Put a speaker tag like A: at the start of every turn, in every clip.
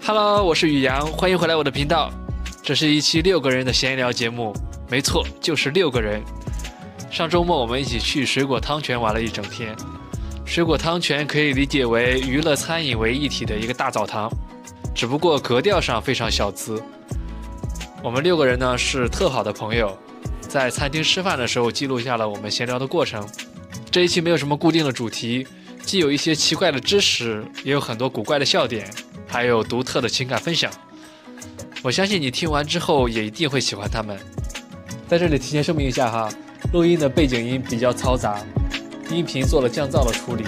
A: Hello，我是宇阳，欢迎回来我的频道。这是一期六个人的闲聊节目，没错，就是六个人。上周末我们一起去水果汤泉玩了一整天。水果汤泉可以理解为娱乐餐饮为一体的一个大澡堂，只不过格调上非常小资。我们六个人呢是特好的朋友，在餐厅吃饭的时候记录下了我们闲聊的过程。这一期没有什么固定的主题，既有一些奇怪的知识，也有很多古怪的笑点，还有独特的情感分享。我相信你听完之后也一定会喜欢他们。在这里提前声明一下哈，录音的背景音比较嘈杂，音频做了降噪的处理，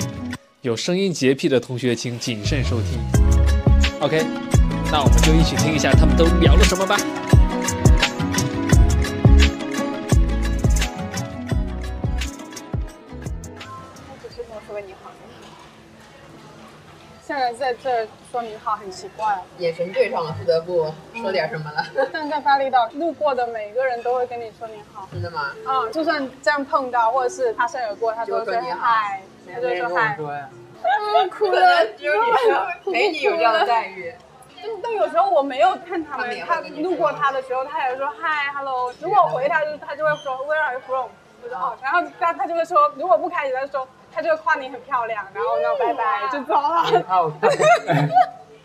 A: 有声音洁癖的同学请谨慎收听。OK，那我们就一起听一下他们都聊了什么吧。
B: 只是跟我说个你好，你好。现在在这儿说你好很奇怪，啊
C: 眼神对上了，不得不说点什么了，
B: 但在巴厘岛路过的每个人都会跟你说你好。
C: 真的吗？
B: 啊、就算这样碰到，或者是擦身而过，他都会说嗨，他就会说嗨。
C: 呀，
B: 嗯， 哭
C: 可
B: 了
C: 能，只有你上没你有这样的待遇。
B: 但但有时候我没有看他
C: 他们
B: 们，
C: 也会
B: 他
C: 跟你说
B: 路过他的时候，他也说嗨，hello。如果我回他，就他就会说 Where are you from？我说哦，然后他他就会说，如果不开始，他就说他就会夸你很漂亮，然后呢拜拜就走了。
D: 啊，我 看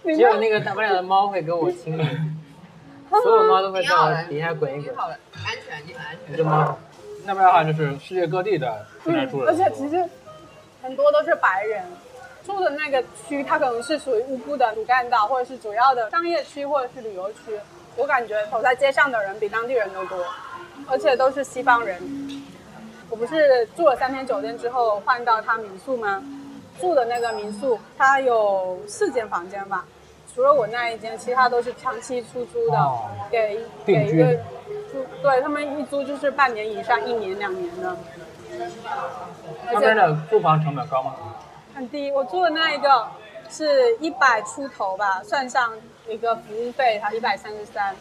B: 你
D: 只有
B: 们
D: 那个大不了的猫会跟我亲密，所有猫都会
C: 挺
D: 在
C: 好
D: 我
C: 的，
D: 底下滚一
C: 挺
D: 滚。
C: 好的，安全，你很安全。
D: 这猫，那边的话就是世界各地的出来住
B: 嗯，
D: 人
B: 而
D: 多，
B: 且其实很多都是白人。住的那个区，它可能是属于乌布的主干道，或者是主要的商业区，或者是旅游区。我感觉走在街上的人比当地人都多，而且都是西方人。我不是住了三天酒店之后换到他民宿吗？住的那个民宿，它有四间房间吧，除了我那一间，其他都是长期出租的，
D: 哦
B: 给
D: 定
B: 给一
D: 居
B: 个租，对他们一租就是半年以上，一年两年的。
D: 那边的住房成本高吗？
B: 很低。我住的那一个是一百出头吧，算上一个服务费，它一百三十三。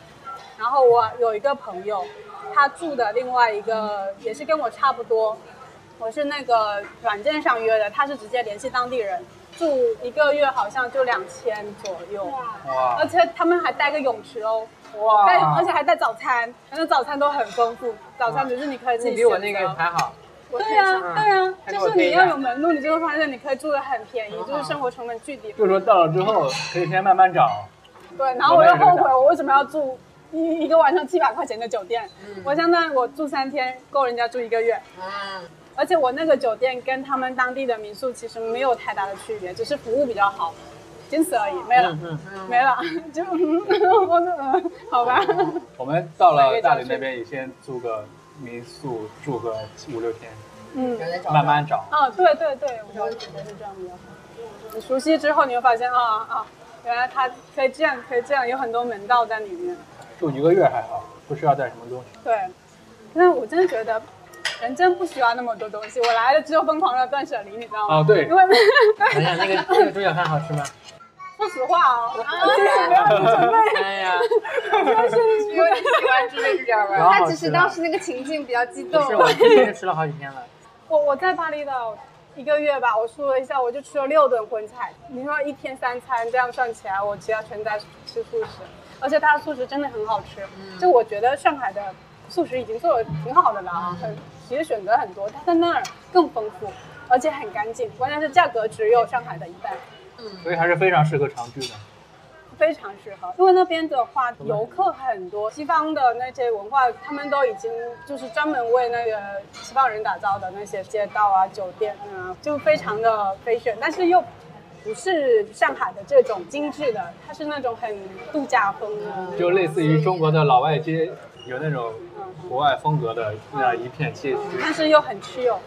B: 然后我有一个朋友，他住的另外一个也是跟我差不多，我是那个软件上约的，他是直接联系当地人，住一个月好像就两千左右，而
D: 哇
B: 且他们还带个泳池哦。带，
D: 哇，
B: 而且还带早餐，那早餐都很丰富，早餐只是你可以自己
D: 你
B: 选择。
D: 比我那个还好。
B: 对呀、
D: 嗯
B: 对呀、
D: 还给
B: 就
D: 我
B: 是
D: 推
B: 你
D: 一
B: 要
D: 下
B: 有门路，你就会发现你可以住的很便宜，就是生活成本巨低。
D: 就是说到了之后可以先慢慢找，
B: 对，然后嗯我又后悔我为什么要住一一个晚上七百块钱的酒店，嗯我相当于我住三天够人家住一个月。
C: 嗯，
B: 而且我那个酒店跟他们当地的民宿其实没有太大的区别，只是服务比较好，仅此而已，没了，
D: 嗯嗯。
B: 没了，就我就嗯好吧。
D: 我们到了大理那边也先租个民宿住个五六天，
B: 嗯，
C: 然后再找
D: 慢慢找。
B: 啊，对对对，我觉得觉得是这样比较好。你熟悉之后，你会发现啊啊，原来它可以这样，可以这样，有很多门道在里面。
D: 住一个月还好，不需要带什么东西。
B: 对，但我真的觉得，人真不需要那么多东西。我来了之后疯狂的断舍离，你知道吗？
D: 哦，对
B: 因，为
D: 等一下那个那个猪脚饭好吃吗？
B: 说实话哦，不要准备，
D: 哎 呀，
B: 但是
C: 因为你喜欢吃的是这样
D: 然后
C: 吧？
E: 他只是当时那个情境比较激
D: 不
E: 动
D: 是，，我今天吃了好几天了。
B: 我我在巴厘岛一个月吧，我数了一下，我就吃了六顿荤菜。你说一天三餐这样算起来，我其他全在吃素食，而且它的素食真的很好吃。就我觉得上海的素食已经做的挺好的了，很其实选择很多，它在那儿更丰富，而且很干净，关键是价格只有上海的一半。
D: 所以还是非常适合长居的。
B: 非常适合，因为那边的话游客很多，西方的那些文化，他们都已经就是专门为那个西方人打造的那些街道啊、酒店啊，就非常的 fashion，但是又不是上海的这种精致的，它是那种很度假风啊的。
D: 就类似于中国的老外街，有那种国外风格的那样一片街区，
B: 但是又很 chill，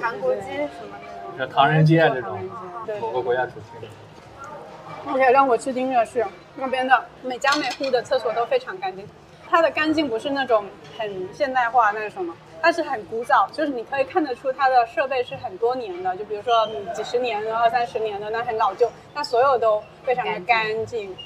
E: 韩国街什么那种，
D: 像唐人街啊这种，
B: 对
D: 某个国家属性的。
B: 而且让我去听的是那边的每家每户的厕所都非常干净，它的干净不是那种很现代化那什么，但是很古早，就是你可以看得出它的设备是很多年的，就比如说嗯几十年的、二三十年的，那很老旧，那所有都非常的干净。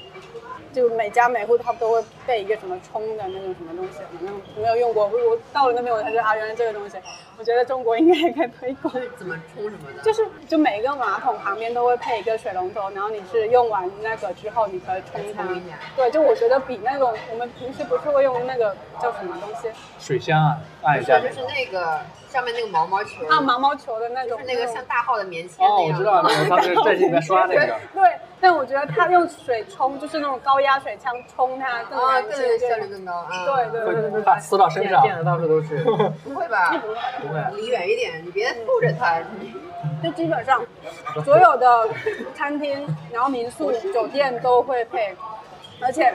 B: 就每家每户他都会备一个什么冲的那种什么东西，反正没有用过。我我到了那边我才知道啊，原来这个东西，我觉得中国应该也可以推广。
C: 怎么冲什么的，
B: 就是就每一个马桶旁边都会配一个水龙头，然后你是用完那个之后，你可以冲它
C: 冲一下。
B: 对，就我觉得比那种我们平时不是会用那个叫什么东西
D: 水箱啊，按
C: 不
D: 一
C: 是
D: 下那
C: 就是
D: 种。
C: 那个上面那个毛毛
D: 嗯
C: 球
B: 啊，毛毛球的那
C: 就
B: 种
C: 是，那个像大号的棉签
D: 哦，
C: 那
D: 我
C: 样。
D: 知道，那个当时在里面刷那个，
B: 对，但我觉得他用水冲，就是那种高压水枪冲它更
C: 啊，
B: 干净。
C: 对对对，效率更高啊。
B: 对对
D: 会会把呲到身上，
F: 溅的到处都是。
C: 不会吧？
D: 不会。
C: 离远一点，你别护着它。
B: 就基本上所有的餐厅，然后民宿、酒店都会配，而且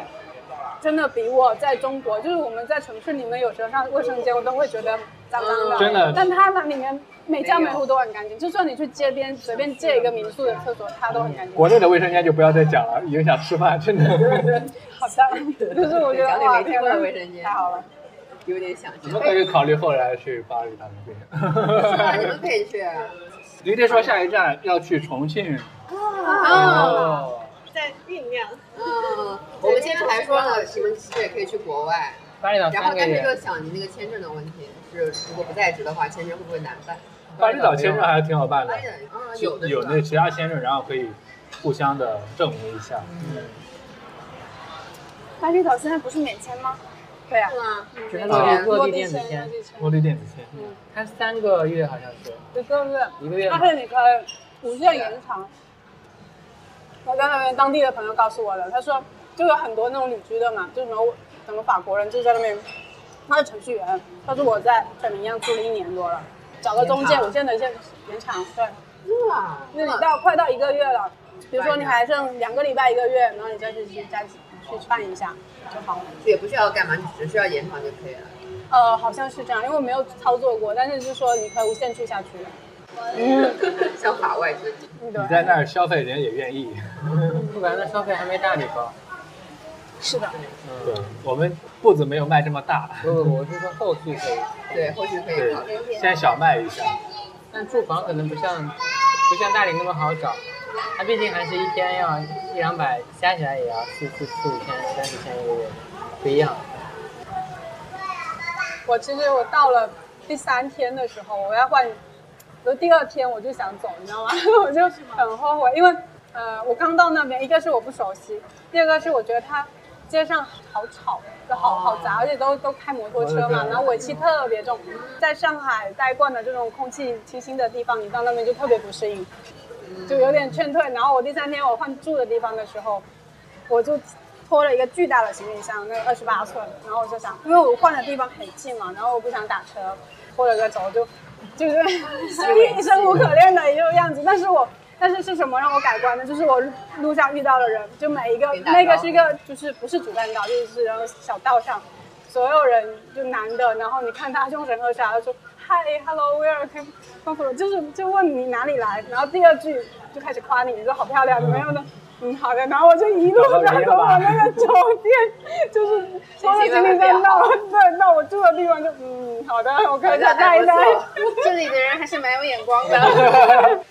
B: 真的比我在中国，就是我们在城市里面有时候上卫生间，我都会觉得脏脏的，
D: 嗯真的
B: 但他们里面每家每户都很干净，就算你去街边随便借一个民宿的厕所，它都很干净。
D: 国内的卫生间就不要再讲了，影响吃饭，真 的。
B: 好的，就是我觉
C: 讲
B: 得哇，
C: 点没听
B: 天
C: 过
B: 哪
C: 的卫生间
B: 太，好了，
C: 有点想去
D: 你。 们可以考虑后来去巴黎他们这
C: 啊
D: 边。
C: 你们可以去，
D: 驴爹说下一站要去重庆。
B: 啊
D: 哦，
E: 在酝酿。
C: 嗯，我们今天还说了，你们其实也可以去国外，
F: 巴厘岛
C: 然后
F: 三个
C: 但是
F: 月，
C: 就想你那个签证的问题，是如果不在职的话，签证会不会难办？
D: 巴厘岛签证还是挺好办的
C: 哎，呀，嗯，有的
D: 有
C: 是吧
D: 那其他签证，然后可以互相的证明一下。
C: 嗯
E: 巴厘岛现在不是免签吗？
B: 对呀、
C: 是吗？
F: 只能
D: 啊
C: 嗯
F: 落落
B: 落
F: 地
B: 地
F: 电子
B: 签，落
F: 签，
B: 地签，
D: 落地电子签，
F: 它三个月好像是
B: 对对对。
F: 一个月
B: 但
F: 嘛。
B: 是你可以无限延长。我在那边当地的朋友告诉我的，他说就有很多那种旅居的嘛，就什么什么法国人就在那边，他是程序员，他说我在北明样住了一年多了，找个中介，
C: 延长
B: 我现在现延长，对，
C: 哇，
B: 那你到快到一个月了，比如说你还剩两个礼拜一个月，然后你再去去加去办一下就好了。
C: 也不需要干嘛，你只需要延长就可以了。
B: 呃，好像是这样，因为我没有操作过，但是就是说你可以无限住下去的。
C: 像法外之地，
D: 你在那儿消费人也愿意。
C: 嗯
F: 不管那消费还没大理高。
B: 是的，
D: 对，我们步子没有迈这么大，
F: 不不不，嗯我是说后续可以，
C: 对，后续可以
D: 对
C: 考虑。，
D: 先小迈一 下。
F: 但住房可能不像不像大理那么好找，它毕竟还是一天要一两百，加起来也要四四四五千、三四千一个月，不一样。
B: 我其实我到了第三天的时候，我要换，就第二天我就想走，你知道吗？ 我就很后悔，因为呃，我刚到那边，一个是我不熟悉，第二个是我觉得它街上好吵，就好好杂，而且都都开摩托车嘛，然后尾气特别重。在上海待惯了这种空气清新的地方，你到那边就特别不适应，就有点劝退。然后我第三天我换住的地方的时候，我就拖了一个巨大的行李箱，那个二十八寸，然后我就想，因为我换的地方很近嘛，然后我不想打车，拖了个走就就是 一生无可恋的一个样子。但是我但是是什么让我改观呢？就是我路上遇到的人，就每一个
C: 你打
B: 那个
C: 招呼
B: 是一个就是不是主干道，就是然后小道上。所有人就男的，然后你看他凶神恶煞，他说 Hi Hello Where c o m from，就是就问你哪里来，然后第二句就开始夸你，你说好漂亮，怎么样呢？嗯，好的。然后我就一路
D: 找
B: 上
D: 到原因
B: 从
D: 了吧
B: 我那个酒店，就是所有行李箱到对到我住的地方就嗯好的，我可以再待一待。
E: 这里的人还是蛮有眼光的。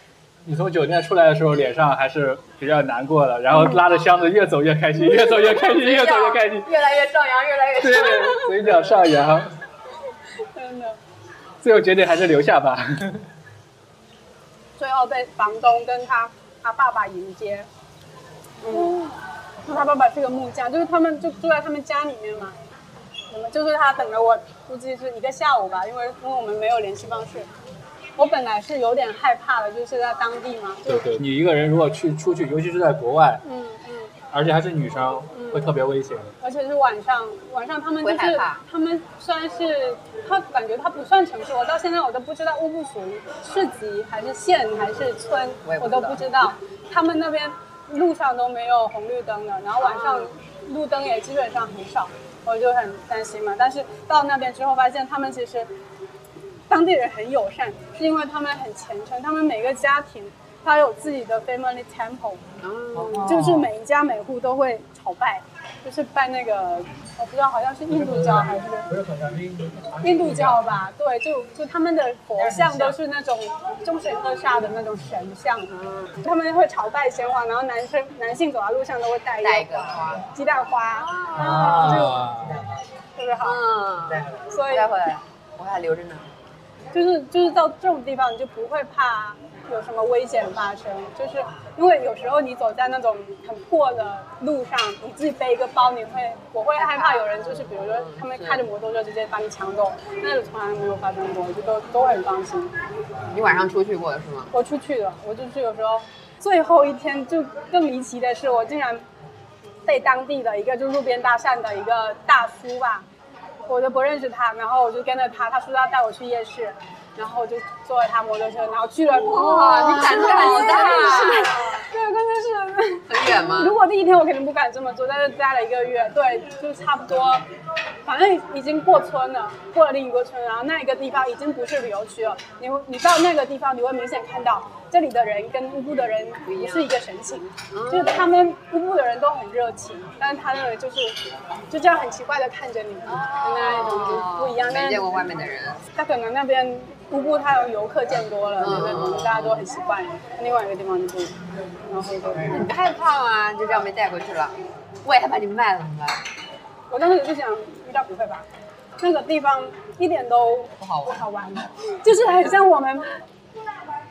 D: 你从酒店出来的时候，脸上还是比较难过的，然后拉着箱子越走越开心，
C: 嗯
D: 越走越开心，越走越开心，
C: 越来越上扬，越来越
D: 对，嘴角上扬，
B: 真的，
D: 最后决定还是留下吧。
B: 最后被房东跟他他爸爸迎接。嗯，就他爸爸是个木匠，就是他们就住在他们家里面嘛。我们就是他等了我，估计是一个下午吧，因为因为我们没有联系方式。我本来是有点害怕的，就是在当地嘛，就
D: 对对，你一个人如果去出去，尤其是在国外，
B: 嗯嗯，
D: 而且还是女生，
C: 嗯
D: 会特别危险。
B: 而且是晚上，晚上他们就
C: 会害
B: 是
C: 怕
B: 他们虽然是他感觉他不算城市，我到现在我都不知道乌布属于市集还是县还是村，
C: 我也不
B: 我
C: 知道
B: 都不知道。他们那边路上都没有红绿灯的，然后晚上路灯也基本上很少，我就很担心嘛。但是到那边之后，发现他们其实当地人很友善，是因为他们很虔诚，他们每个家庭它有自己的 family temple，就是
C: 嗯哦
B: 每一家每户都会朝拜，就是拜那个我不知道好像是印度教还是
F: 不是很像是印度
B: 印度教吧，对，就就他们的佛像都是那种中神二煞的那种神像，
C: 嗯
B: 他们会朝拜鲜花，然后男生男性走在路上都会带
C: 带一个花，
B: 鸡蛋花，
F: 啊，
B: 特别好，
C: 嗯，
B: 所以
C: 待会我还留着呢。
B: 就是就是到这种地方，你就不会怕有什么危险发生，就是因为有时候你走在那种很破的路上，你自己背一个包，你会我会害怕有人就是比如说他们开着摩托车直接把你抢走，那种从来没有发生过，就都都很放心。
C: 你晚上出去过是吗？
B: 我出去了，我就是有时候最后一天就更离奇的是，我竟然被当地的一个就路边搭讪的一个大叔吧，我都不认识他，然后我就跟着他，他说要带我去夜市，然后我就坐了他摩托车，然后去了。哇，
C: 你胆子好大
B: 啊 对，真的是。
C: 很远吗？
B: 如果第一天我肯定不敢这么做，但是待了一个月，对，就差不多，反正已经过村了，过了另一个村，然后那一个地方已经不是旅游区了。你会，你到那个地方，你会明显看到这里的人跟乌布的人不是一个神情，就是他们乌布的人都很热情，但是他那个就是就这样很奇怪的看着你，那一种就不一样。但
C: 哦没
B: 是
C: 见过外面的人。
B: 他可能那边乌布他有游客见多了，对不对？大家都很习惯。另外一个地方就不，然后就。
C: 你不害怕吗？就这样被带过去了，我也害怕你卖了怎么办？
B: 我当时就想，应该不会吧？那个地方一点都
C: 不好
B: 不
C: 玩。
B: 好玩，就是很像我们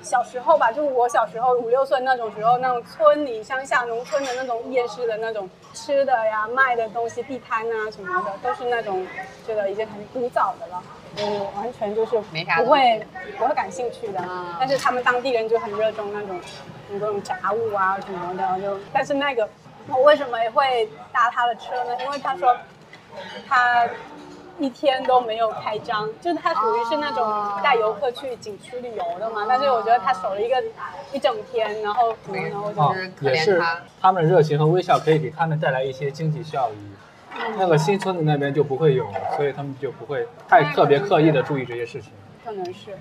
B: 小时候吧，就是我小时候五六岁那种时候，那种村里乡下农村的那种夜市的那种吃的呀、卖的东西、地摊啊什么的，都是那种觉得已经很古早的了。我完全就是
C: 没啥
B: 不会不会感兴趣的
C: 啊，
B: 但是他们当地人就很热衷那种嗯那种杂物啊什么的，就但是那个我为什么会搭他的车呢？因为他说他一天都没有开张，就是他属于是那种带游客去景区旅游的嘛。但是我觉得他守了一个一整天，然后怎么呢？我就
C: 就
D: 啊
C: 是可
D: 也
C: 怜
D: 是
C: 他
D: 他们的热情和微笑可以给他们带来一些经济效益。那个新村子那边就不会有，所以他们就不会太特别刻意的注意这些事情。
B: 可能是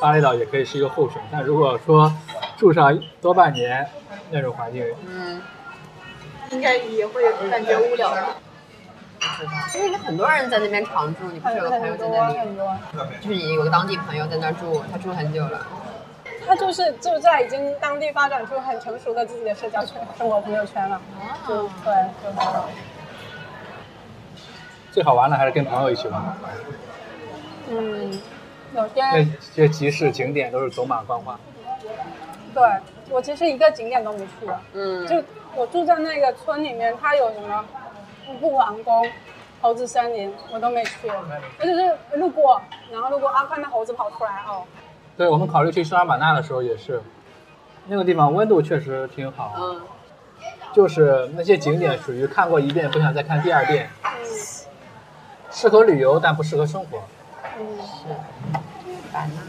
D: 巴厘岛也可以是一个候选，但如果说住上多半年那种环境，
C: 嗯，
E: 应该也会感觉无聊吧？
C: 其实应该很多人在那边常住。你不是
B: 很
C: 有个朋友
B: 很
C: 在
B: 多
C: 那里？
B: 很多。
E: 嗯
C: 就是你有个当地朋友在那儿住，他住很久了。
B: 他就是就在已经当地发展出很成熟的自己的社交圈、生活朋友圈了。就对，就没有。
D: 最好玩的还是跟朋友一起玩。
B: 嗯，有些
D: 那些集市景点都是走马观花。
B: 对我其实一个景点都没去过。啊
C: 嗯，
B: 就我住在那个村里面，它有什么瀑布王宫、猴子森林，我都没去。我只是路过，然后路过啊，看到猴子跑出来哦，
D: 对我们考虑去圣拉玛纳的时候也是，那个地方温度确实挺好，
C: 嗯，
D: 就是那些景点属于看过一遍不想再看第二遍，适合旅游但不适合生活。
C: 烦呐。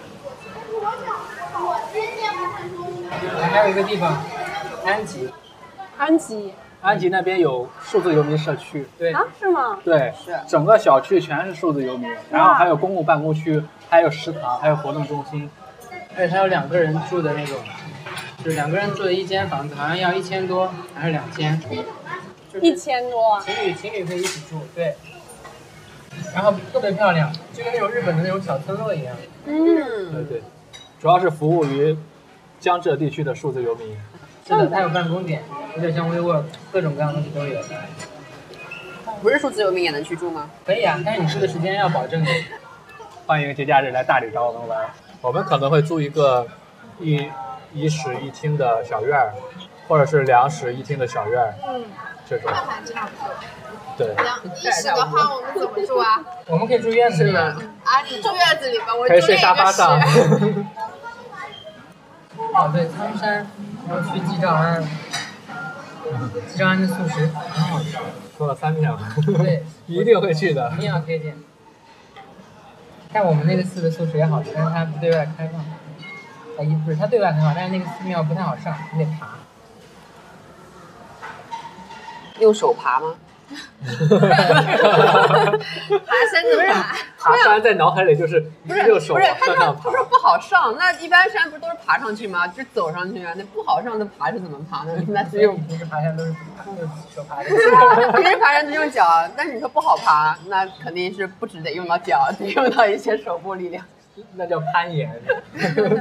F: 还有一个地方，安吉，
B: 安吉
D: 安吉那边有数字游民社区，
F: 对，
B: 啊，是吗？
D: 对，
C: 是
D: 整个小区全是数字游民，然后还有公共办公区，还有食堂，还有活动中心。
F: 而且它有两个人住的那种，就是两个人住的一间房子，好像要一千多还是两千，就是
B: 一千多啊，
F: 情侣情侣可以一起住，对。然后特别漂亮，就跟那种日本的那种小村落一样。
D: 对
C: 嗯，
D: 对，主要是服务于江浙地区的数字游民。
F: 是的，它有办公点，有点像 WeWork，各种各样的东西都有。
C: 不是数字游民也能去住吗？
F: 可以啊，但是你住的时间要保证的。
D: 欢迎节假日来大理找我们玩。我们可能会租一个一一室一厅的小院儿，或者是两室一厅的小院儿
B: 嗯，
D: 这种。
E: 那还差不多。
D: 对，
E: 两一室的话，我们怎么住啊？
F: 我们可以住院子里啊，
E: 啊，你住院子里吧，我
D: 可以
E: 住
D: 睡
E: 另一
D: 沙发
E: 个
D: 上。
E: 室。
F: 哦对，苍山，然后去鸡照庵，鸡照庵的素食很好吃，
D: 说了三遍了，
F: 对，
D: 一定会去的
F: 一。定要推荐。但我们那个寺的素食也好吃，但是它不对外开放。哎，不是，它对外很好，但是那个寺庙不太好上，你得爬。
C: 用手爬吗？ 爬山怎么爬？
D: 爬山在脑海里就是
C: 不是
D: 右手
C: 不是，
D: 往
C: 他
D: 向
C: 说不
D: 上爬
C: 是，不好上，那一般山不是都是爬上去吗？就是走上去啊，那不好上那爬是怎么爬呢？那只
F: 所以我
C: 有
F: 们平时爬山都是用手爬的。
C: 别人爬山都用脚，但是你说不好爬，那肯定是不只得用到脚，得用到一些手部力 量。
D: 那叫攀岩，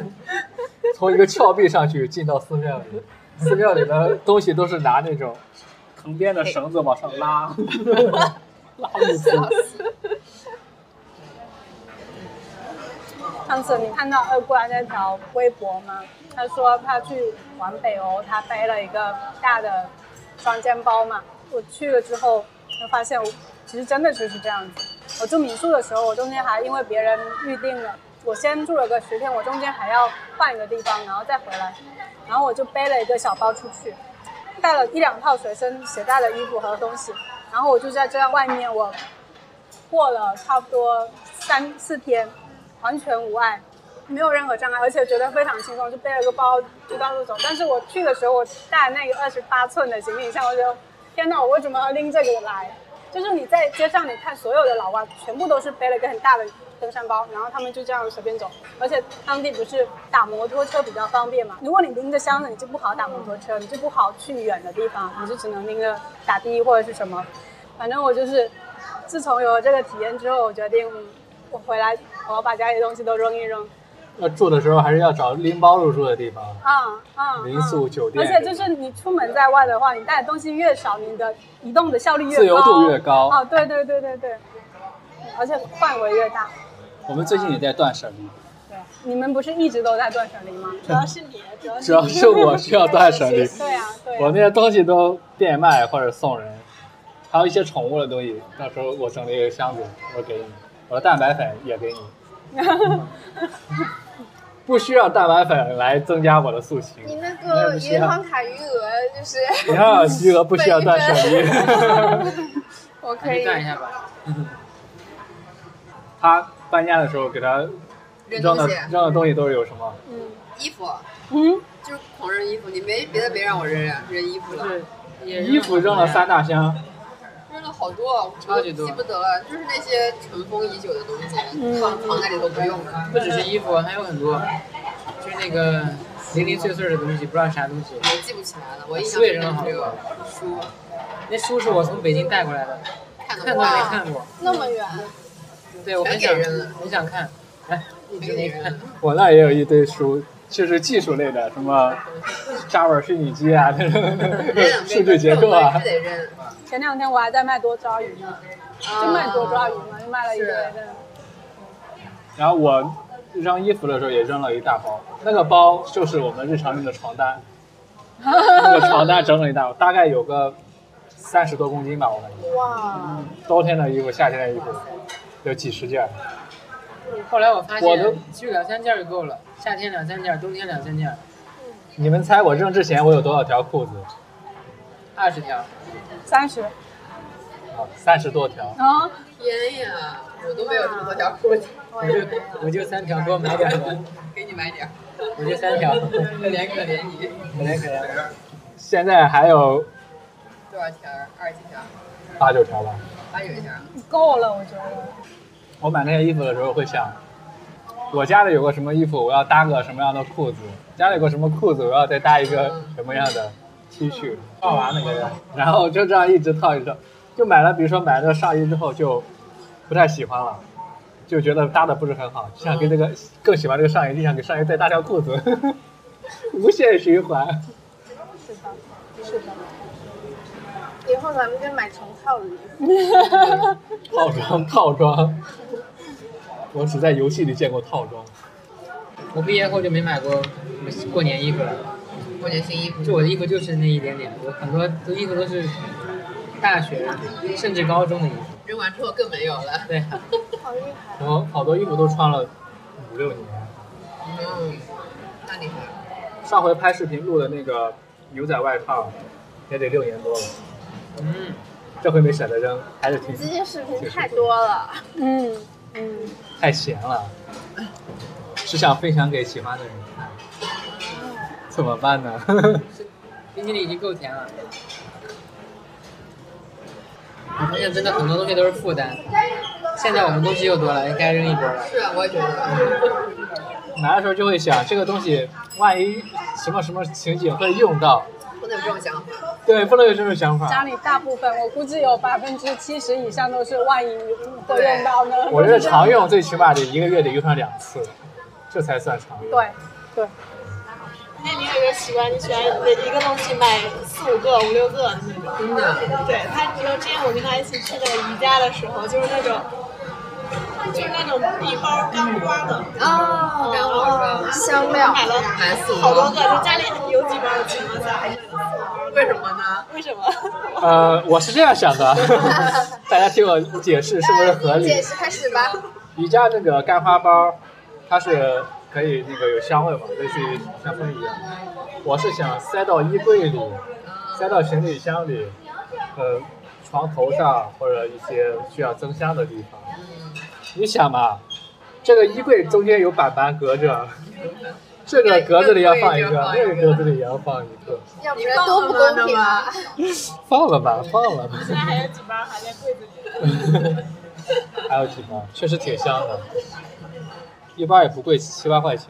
D: 从一个峭壁上去进到寺庙里，寺庙里的东西都是拿那种藤编的绳子往上拉，拉木 头。
B: 上次你看到二瓜那条微博吗？他说他去玩北欧，他背了一个大的双肩包嘛。我去了之后，就发现我其实真的就是这样子。我住民宿的时候，我中间还因为别人预定了，我先住了个十天，我中间还要换一个地方，然后再回来，然后我就背了一个小包出去，带了一两套随身携带的衣服和东西，然后我就在这样外面我过了差不多三四天，完全无碍，没有任何障碍，而且觉得非常轻松，就背了个包就到处走。但是我去的时候，我带那个二十八寸的行李箱，我觉得天哪，我为什么要拎这个来？就是你在街上，你看所有的老外全部都是背了一个很大的登山包，然后他们就这样随便走。而且当地不是打摩托车比较方便嘛？如果你拎着箱子，你就不好打摩托车，你就不好去远的地方，你就只能拎着打的或者是什么。反正我就是自从有了这个体验之后，我决定嗯我回来我要把家里的东西都扔一扔。
D: 要住的时候还是要找拎包入住的地方。
B: 啊啊！
D: 民宿
B: 啊
D: 酒店
B: 而且就是你出门在外的话，你带的东西越少，你的移动的效率越高，
D: 自由度越高
B: 哦，对对对对对，而且范围越大。
D: 我们最近也在断舍离，
B: 对，你们不是一直都在断舍离吗？
E: 主要是你，主要是
D: 主要是我需要断舍离，
B: 对啊，对
D: 我
B: 啊。
D: 那些东西都变卖或者送人，还有一些宠物的东西，到时候我整理一个箱子，我给你，我的蛋白粉也给你，不需要蛋白粉来增加我的塑形。
E: 你那
D: 那
E: 个
D: 不需
E: 银
D: 要
E: 行卡余额就是，
D: 你看，余额不需要断舍离。
E: 我可
F: 还是
E: 以
F: 断一下吧。
D: 他搬家的时候给他
C: 扔
D: 扔
C: 东
D: 的
C: 西，
D: 扔的东西都是有什么？
C: 衣服
B: 嗯，
C: 就是狂扔衣服，你没别的没让我扔呀，扔衣服
F: 就
C: 了。
F: 是也
D: 衣服扔了三大箱，
C: 扔了好多，
F: 超级多
C: 我记不得了，就是那些尘封已久的东西，
B: 嗯
C: 放藏在里头不用了。
F: 不只是衣服，还有很多，就是那个零零碎碎的东西，不知道啥东西。
C: 我记不起来了，我印象
F: 书也扔了
C: 中
F: 好
C: 这个
F: 多，
C: 书
F: 那书是我从北京带过来的，
C: 看到
F: 看都
C: 过
F: 没
E: 哇
F: 看过。
E: 那么远，
F: 对，我很
C: 全
F: 想
C: 给扔了
F: 很想看，哎，一直没看。
D: 我那也有一堆书，就是技术类的，什么 Java 虚拟机啊，这种
C: 扔
D: 数据结构啊
C: 必须。得扔。
B: 前两天我还在卖多抓鱼呢，
C: 啊
B: 就卖多抓鱼嘛，就卖了一堆的。
D: 然后我扔衣服的时候也扔了一大包，那个包就是我们日常用的床单，那个 床单整整一大包，大概有个三十多公斤吧，我感觉。
E: 哇，
D: 冬天的衣服、夏天的衣服有几十件儿。
F: 后来我发
D: 我都
F: 现，其实两三件儿就够了，夏天两三件儿，冬天两三件儿，
D: 你们猜我扔之前我有多少条裤子？
F: 二十条。
B: 三十
D: 啊，三十多条。
B: 啊，
C: 天呀，我都没有这么多条裤子，
F: 我就我就三条，给我买点儿吧。
C: 给你买点儿。
F: 我就三 条，
C: 可怜可怜你，
F: 可怜可怜。
D: 啊现在还有
C: 多少条儿？二十几条儿？
D: 八九条吧。
C: 八九条儿？
B: 够了，我觉得。
D: 我买那些衣服的时候会想，我家里有个什么衣服，我要搭个什么样的裤子；家里有个什么裤子，我要再搭一个什么样的 T 恤。套娃那个人，然后就这样一直套一直套，就买了，比如说买了上衣之后就不太喜欢了。就觉得搭的不是很好，就想给这
E: 嗯
D: 个更喜欢这个上衣，就想给上衣再搭条裤子， 无限循环。
B: 是的，是的。
E: 以后咱们就买成套的衣服。
D: 套装，套装，我只在游戏里见过套装。
F: 我毕业后就没买过什么过年衣服了，
C: 过年新衣服。
F: 就我的衣服就是那一点点，我很多的衣服都是大学甚至高中的衣服。
C: 扔完之后更没有了。
F: 对啊，
E: 好厉害！
D: 我好多衣服都穿了五六年。
C: 嗯，那你看。
D: 上回拍视频录的那个牛仔外套，也得六年多了，
F: 嗯，
D: 这回没舍得扔，还是挺
E: 最近视频太多了，
B: 嗯嗯，
D: 太闲了，只想分享给喜欢的人看，怎么办呢？
F: 冰淇淋已经够甜了。我发现真的很多东西都是负担。现在我们东西又多了，该扔一波了。
C: 是啊，我也觉得。
D: 拿的时候就会想，这个东西万一什么什么情景会用到，
C: 不能有这种想法。
D: 对，不能有这种想
B: 家
D: 法。
B: 里大部分，我估计有百分之七十以上都是万一会用到的。
D: 我觉得常用最起码得一个月得用上两次，这才算常用。
B: 对，对，
E: 那你有一个习惯，你喜欢每一个东西买四五个、五六个的那种。
C: 真的，啊
E: 对他，你知道之前我跟他一起去那个宜家的时候，就是那种，就是那种一包干花的，
C: 哦，干花是吧？
E: 香料买了
C: 买四五
E: 好多
C: 个，
E: 个，就家里有几包的情况下还是四包。
C: 为什么呢？
E: 为什么？
D: 呃，我是这样想的， 大家听我解释是不是合理？
G: 解释开始吧。
D: 宜家那个干花包，它是可以那个有香味嘛，类似于香氛一样。我是想塞到衣柜里，塞到行李箱里，呃，床头上或者一些需要增香的地方。你想嘛，这个衣柜中间有板板隔着，这个格子里要放一个，那个格子里也要放一个，
G: 要不
C: 你
G: 然
C: 告
G: 多
C: 诉
G: 不
C: 他
G: 公
C: 的
G: 平啊！
C: 吗？
D: 放了吧，放了吧。
E: 现在还有几包还在柜子里。
D: 还有几包，确实挺香的，一包也不贵，七八块钱。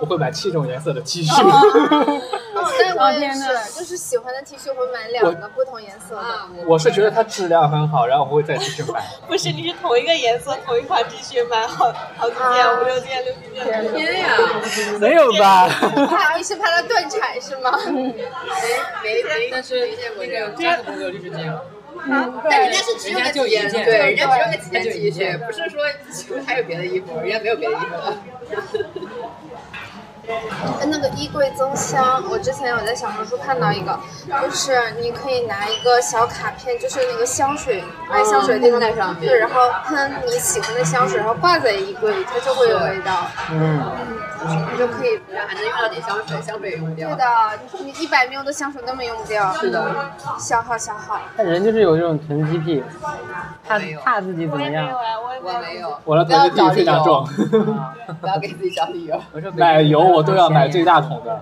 D: 我会买七种颜色的 T 恤，
G: 哦，但我也
B: 天哪
G: 是，就是喜欢的 T 恤会买两个不同颜色
E: 啊
G: 的。
D: 我是觉得它质量很好，然后我会再继续 买。
E: 不是，你是同一个颜色、同一款 T 恤买好好几件、五六件、六七件。
C: 啊天呀，
D: 没有吧？
G: 怕你是怕它断柴是吗？
C: 没没
F: 但
C: 没
F: 是
C: 见过
F: 那
C: 这
F: 个
C: 个。
F: 家的朋友就是这样，
B: 嗯，
C: 但人
B: 对
C: 家，是只有
F: 人家
C: 那
F: 就
C: 几件
F: 一件
C: 对，人家只有那几
F: 他就
C: 件 T
F: 一件
C: 恤，不是说还有别的衣服，人家没有别的衣服了。
G: 那个衣柜增香，我之前有在小红书看到一个，就是你可以拿一个小卡片，就是那个香水卖香水的地
C: 嗯
G: 方
C: 喷在上面
G: 对，然后喷你喜欢的香水，然后挂在衣柜里，它就会有味道。
D: 嗯，
G: 你就可以，
C: 然后还能用到点香水，香水也用不
G: 对
C: 掉。
G: 的，你一百 ml 的香水根本用不掉，
C: 是的，
G: 消耗消耗。
F: 但人就是有这种囤积癖，怕
C: 没有
F: 怕自己怎么样。
E: 哎，我也没
C: 我
E: 有。
C: 没有，
D: 我的囤积癖非常重，
F: 啊
C: 不要给自己找理由。
F: 我说北京
D: 买油我都要买最
F: 的。
D: 大桶的，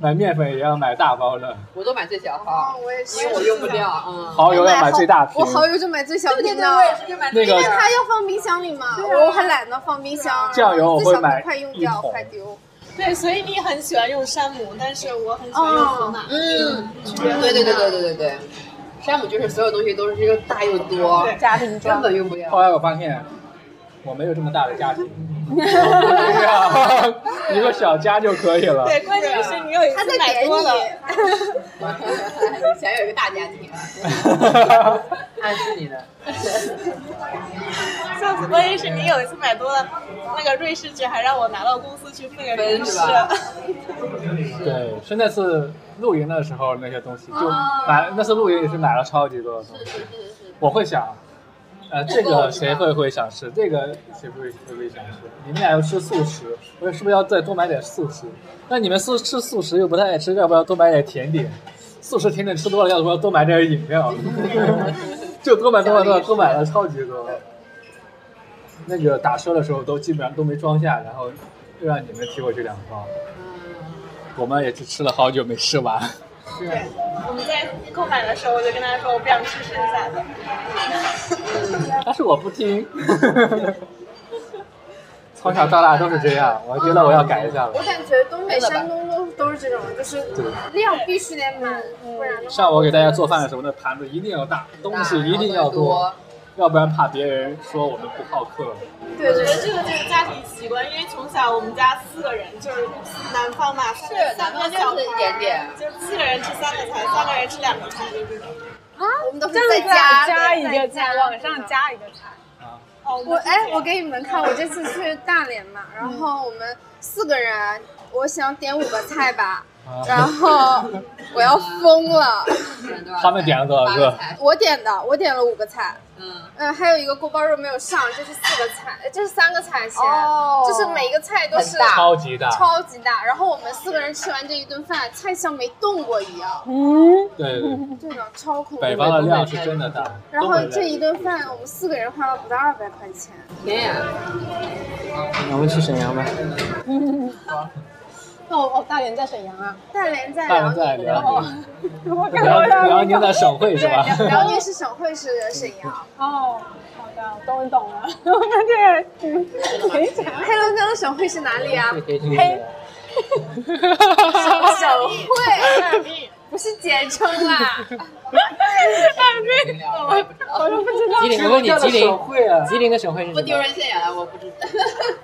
D: 买面粉也要买大包的，
C: 我都买最小
G: 哦
C: 号，，
G: 我也是
C: 因为我用不掉。嗯，
D: 蚝油要买最大瓶
G: 我。蚝油就买最小
C: 对对对，
G: 瓶的，
C: 我也啊是就买
D: 那个
G: 因为它要放冰箱里嘛，我还懒得放冰箱。
D: 酱油我会买
G: 最小瓶快用掉，
D: 一桶
G: 快丢。
E: 对，所以你很喜欢用山姆，但是我很喜欢用河马。
C: 嗯，对对对对对对对，山姆就是所有东西都是又大又多，
B: 家庭
C: 根
B: 装，
C: 本用不掉。
D: 后来我发现，我没有这么大的家庭， 我不需要啊一个小家就可以了。
E: 对， 关键是你有一
G: 他
E: 次
G: 在
E: 买
G: 给
E: 多了，
G: 你，
C: 想有一个大家庭，
F: 暗示你的，
E: 上次关键是你有一次买多了，那个瑞士卷还让我拿到公司去分给
C: 分
E: 同
C: 是
E: 事。
C: 吧
D: 对，是那次露营的时候那些东西，就买那次露营也是买了超级多的东西。我会想，呃，这个谁会不会想吃？这个谁会会不会想吃？你们俩要吃素食，我是不是要再多买点素食？那你们素吃素食又不太爱吃，要不要多买点甜点？素食甜点吃多了，要不要多买点饮料？ 就多买多买多买多买了超级 多。那个打车的时候都基本上都没装下，然后又让你们提过去两包。我们也是吃了好久没吃完，
E: 我们在购买的时候，我就跟他说我不想吃剩下的。
D: 但是我不听。 从小到大都是这样，我觉得我要改一下
G: 我
D: 了。
G: 感觉东北、山东都都是这种，就是
D: 对，
G: 量必须得满，不然的话
D: 像我给大家做饭的时候，那盘子一定要大， 东西一定要多，
C: 多。
D: 要不然怕别人说我们不好客。
G: 对
E: 我觉得
G: 对
E: 这个就是家庭习惯，因为从小我们家四个人，就是南方嘛，是
C: 南
E: 三
C: 方
E: 个
C: 就
E: 小
C: 是一点点
E: 就是四个人吃三个菜，三个人吃两个菜，就这种。
G: 啊，我们都是
B: 真
G: 在
B: 的
G: 家
B: 加一
G: 在
B: 个菜，往上加一个菜，
E: 哦，
G: 我哎，我
E: 给
G: 给你们看，我这次去大连嘛，然后我们四个人，我想点五个菜吧，
D: 啊
G: 然后我要疯了，
D: 他们点了多少个？
G: 我点的，我点了五个菜，
C: 嗯，
G: 嗯，还有一个锅包肉没有上，这是四个菜，呃这是三个菜先，
C: 哦
G: 就是每一个菜都是
C: 很大
D: 超级大，
G: 超级大，然后我们四个人吃完这一顿饭，菜像没动过一样，
B: 嗯，
D: 对对，对
G: 这种超恐
D: 北
G: 怖。
D: 方的量是真的大。
G: 然
D: 东北
G: 后
D: 人
G: 这一顿饭，我们四个人花了不到二百块钱，
C: 天呀，
F: 我们去沈阳吧。
B: 那我哦，大连在沈阳啊，
G: 大连在
D: 大
G: 辽
D: 人在
G: 宁，
D: 辽宁，
B: 我看到
D: 辽辽
B: 了
D: 宁的省会是
G: 对，
D: 吧？
G: 辽辽宁是省会是沈阳。
B: 哦，好的，终于懂了。我看这个嗯没 啥，
G: 黑龙江的省会是哪里啊
F: 这？可以去那个
G: 省会不是啊简称啦。
C: 我也不知道，
B: 我都不知道
F: 吉林，我问你，吉
D: 省
F: 林，
D: 会啊，
F: 吉林的省会是
C: 不
F: 什
C: 丢
F: 么？
C: 人现眼了，我不知道。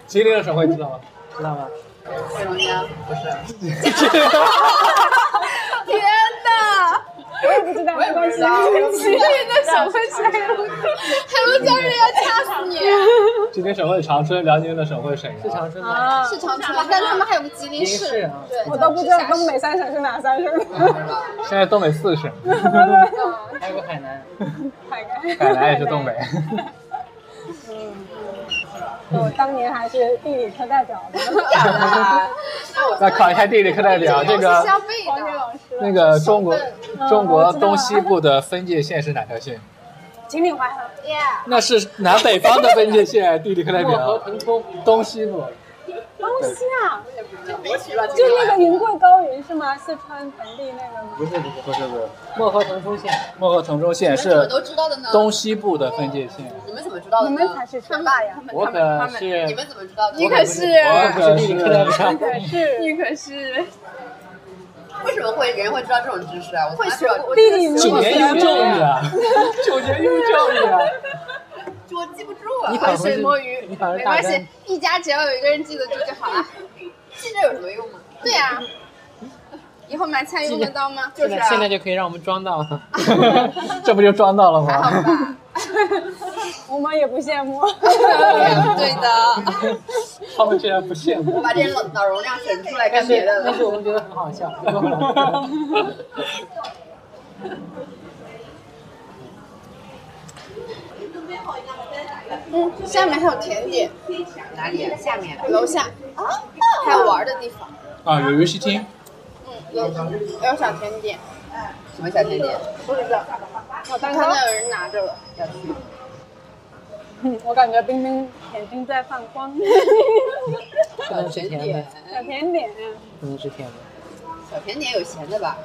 D: 吉林的省会知道吗？
F: 知道吗？
C: 黑龙江不是，
G: 天哪！
B: 我也不知道，没关系。啊
G: 吉林 的省会是黑龙江，黑龙江人要掐死你！
D: 吉林省会长春，辽宁的省会沈
F: 是
D: 阳。
F: 长春吗？
B: 啊，
G: 是长春吗？但他们还有个吉
F: 吉
G: 林
F: 林市
G: 市
F: 啊，
G: 对，
B: 我都不知道
G: 叫直
B: 东
G: 辖市
B: 北三省是哪三省。
D: 现在东北四省，
F: 还有个海南，
B: 海南，
D: 海南也是东北。
B: 我哦当年还是地理课代表的，
C: 假的啊。
D: 那考一下地理课代表，这
G: 我是
D: 个
G: 相悖
B: 黄牛
G: 的。
B: 老师。
D: 那个中国
B: 嗯
D: 中
B: 我知道
D: 国
B: 了
D: 东西部的分界线是哪条线？
B: 秦岭淮河，
G: Yeah，
D: 那是南北方的分界线，地理课代
F: 漠
D: 表。
F: 河腾冲，
D: 东西部，
B: 东西啊，
C: 我只知道
B: 就那个云贵高原是吗？四川盆地那个吗？
D: 不是不是不是不是，
F: 漠河腾冲县。
D: 漠河腾冲线
C: 你们怎么
D: 是
C: 都知道的呢？
D: 东西部的分界线。
C: 你们怎么知道的
B: 你
C: 呢？
B: 们才是川大呀！
D: 我可是
C: 你们怎么知道的？
G: 你可是，
D: 我可是
B: 可是
G: 你可是
C: 为什么会人会知道这种知识啊？我从来不知道
G: 会学
C: 我
B: 地理
D: 九
B: 学
D: 年义务教育啊，九年义务教育啊，
C: 我记不住啊。
F: 你
G: 浑
F: 反
G: 水摸鱼，
F: 你反而
G: 没
F: 大
G: 关
F: 三
G: 系，，一家只要有一个人记得住就好了。
C: 记着有什么用啊？
G: 对呀、以后买菜用得到吗？
C: 就是啊
F: 现在就可以让我们装到。
D: 这不就装到了
G: 还好
D: 吗？
G: 吧。
B: 我们也不羡 慕。
G: 对的，
D: 他们竟然不羡 慕，
C: 把这脑脑容量省出来干别的
F: 但
C: 了
F: 是。我们觉得很好笑。
G: 嗯，下面还有甜点，
C: 哪里啊？下面
G: 楼下还有玩的地方，
D: 啊，有游戏厅，
G: 嗯，有有小甜点，
C: 什么小甜点？
G: 不知道，
B: 我
G: 刚
B: 蛋糕
G: 看，到有人拿着了，
C: 要吃吗？
B: 嗯我感觉冰冰眼睛在放 光。
F: 不能吃甜的，
B: 小甜点，啊
F: 不能吃甜的。
C: 小甜点有咸的吧？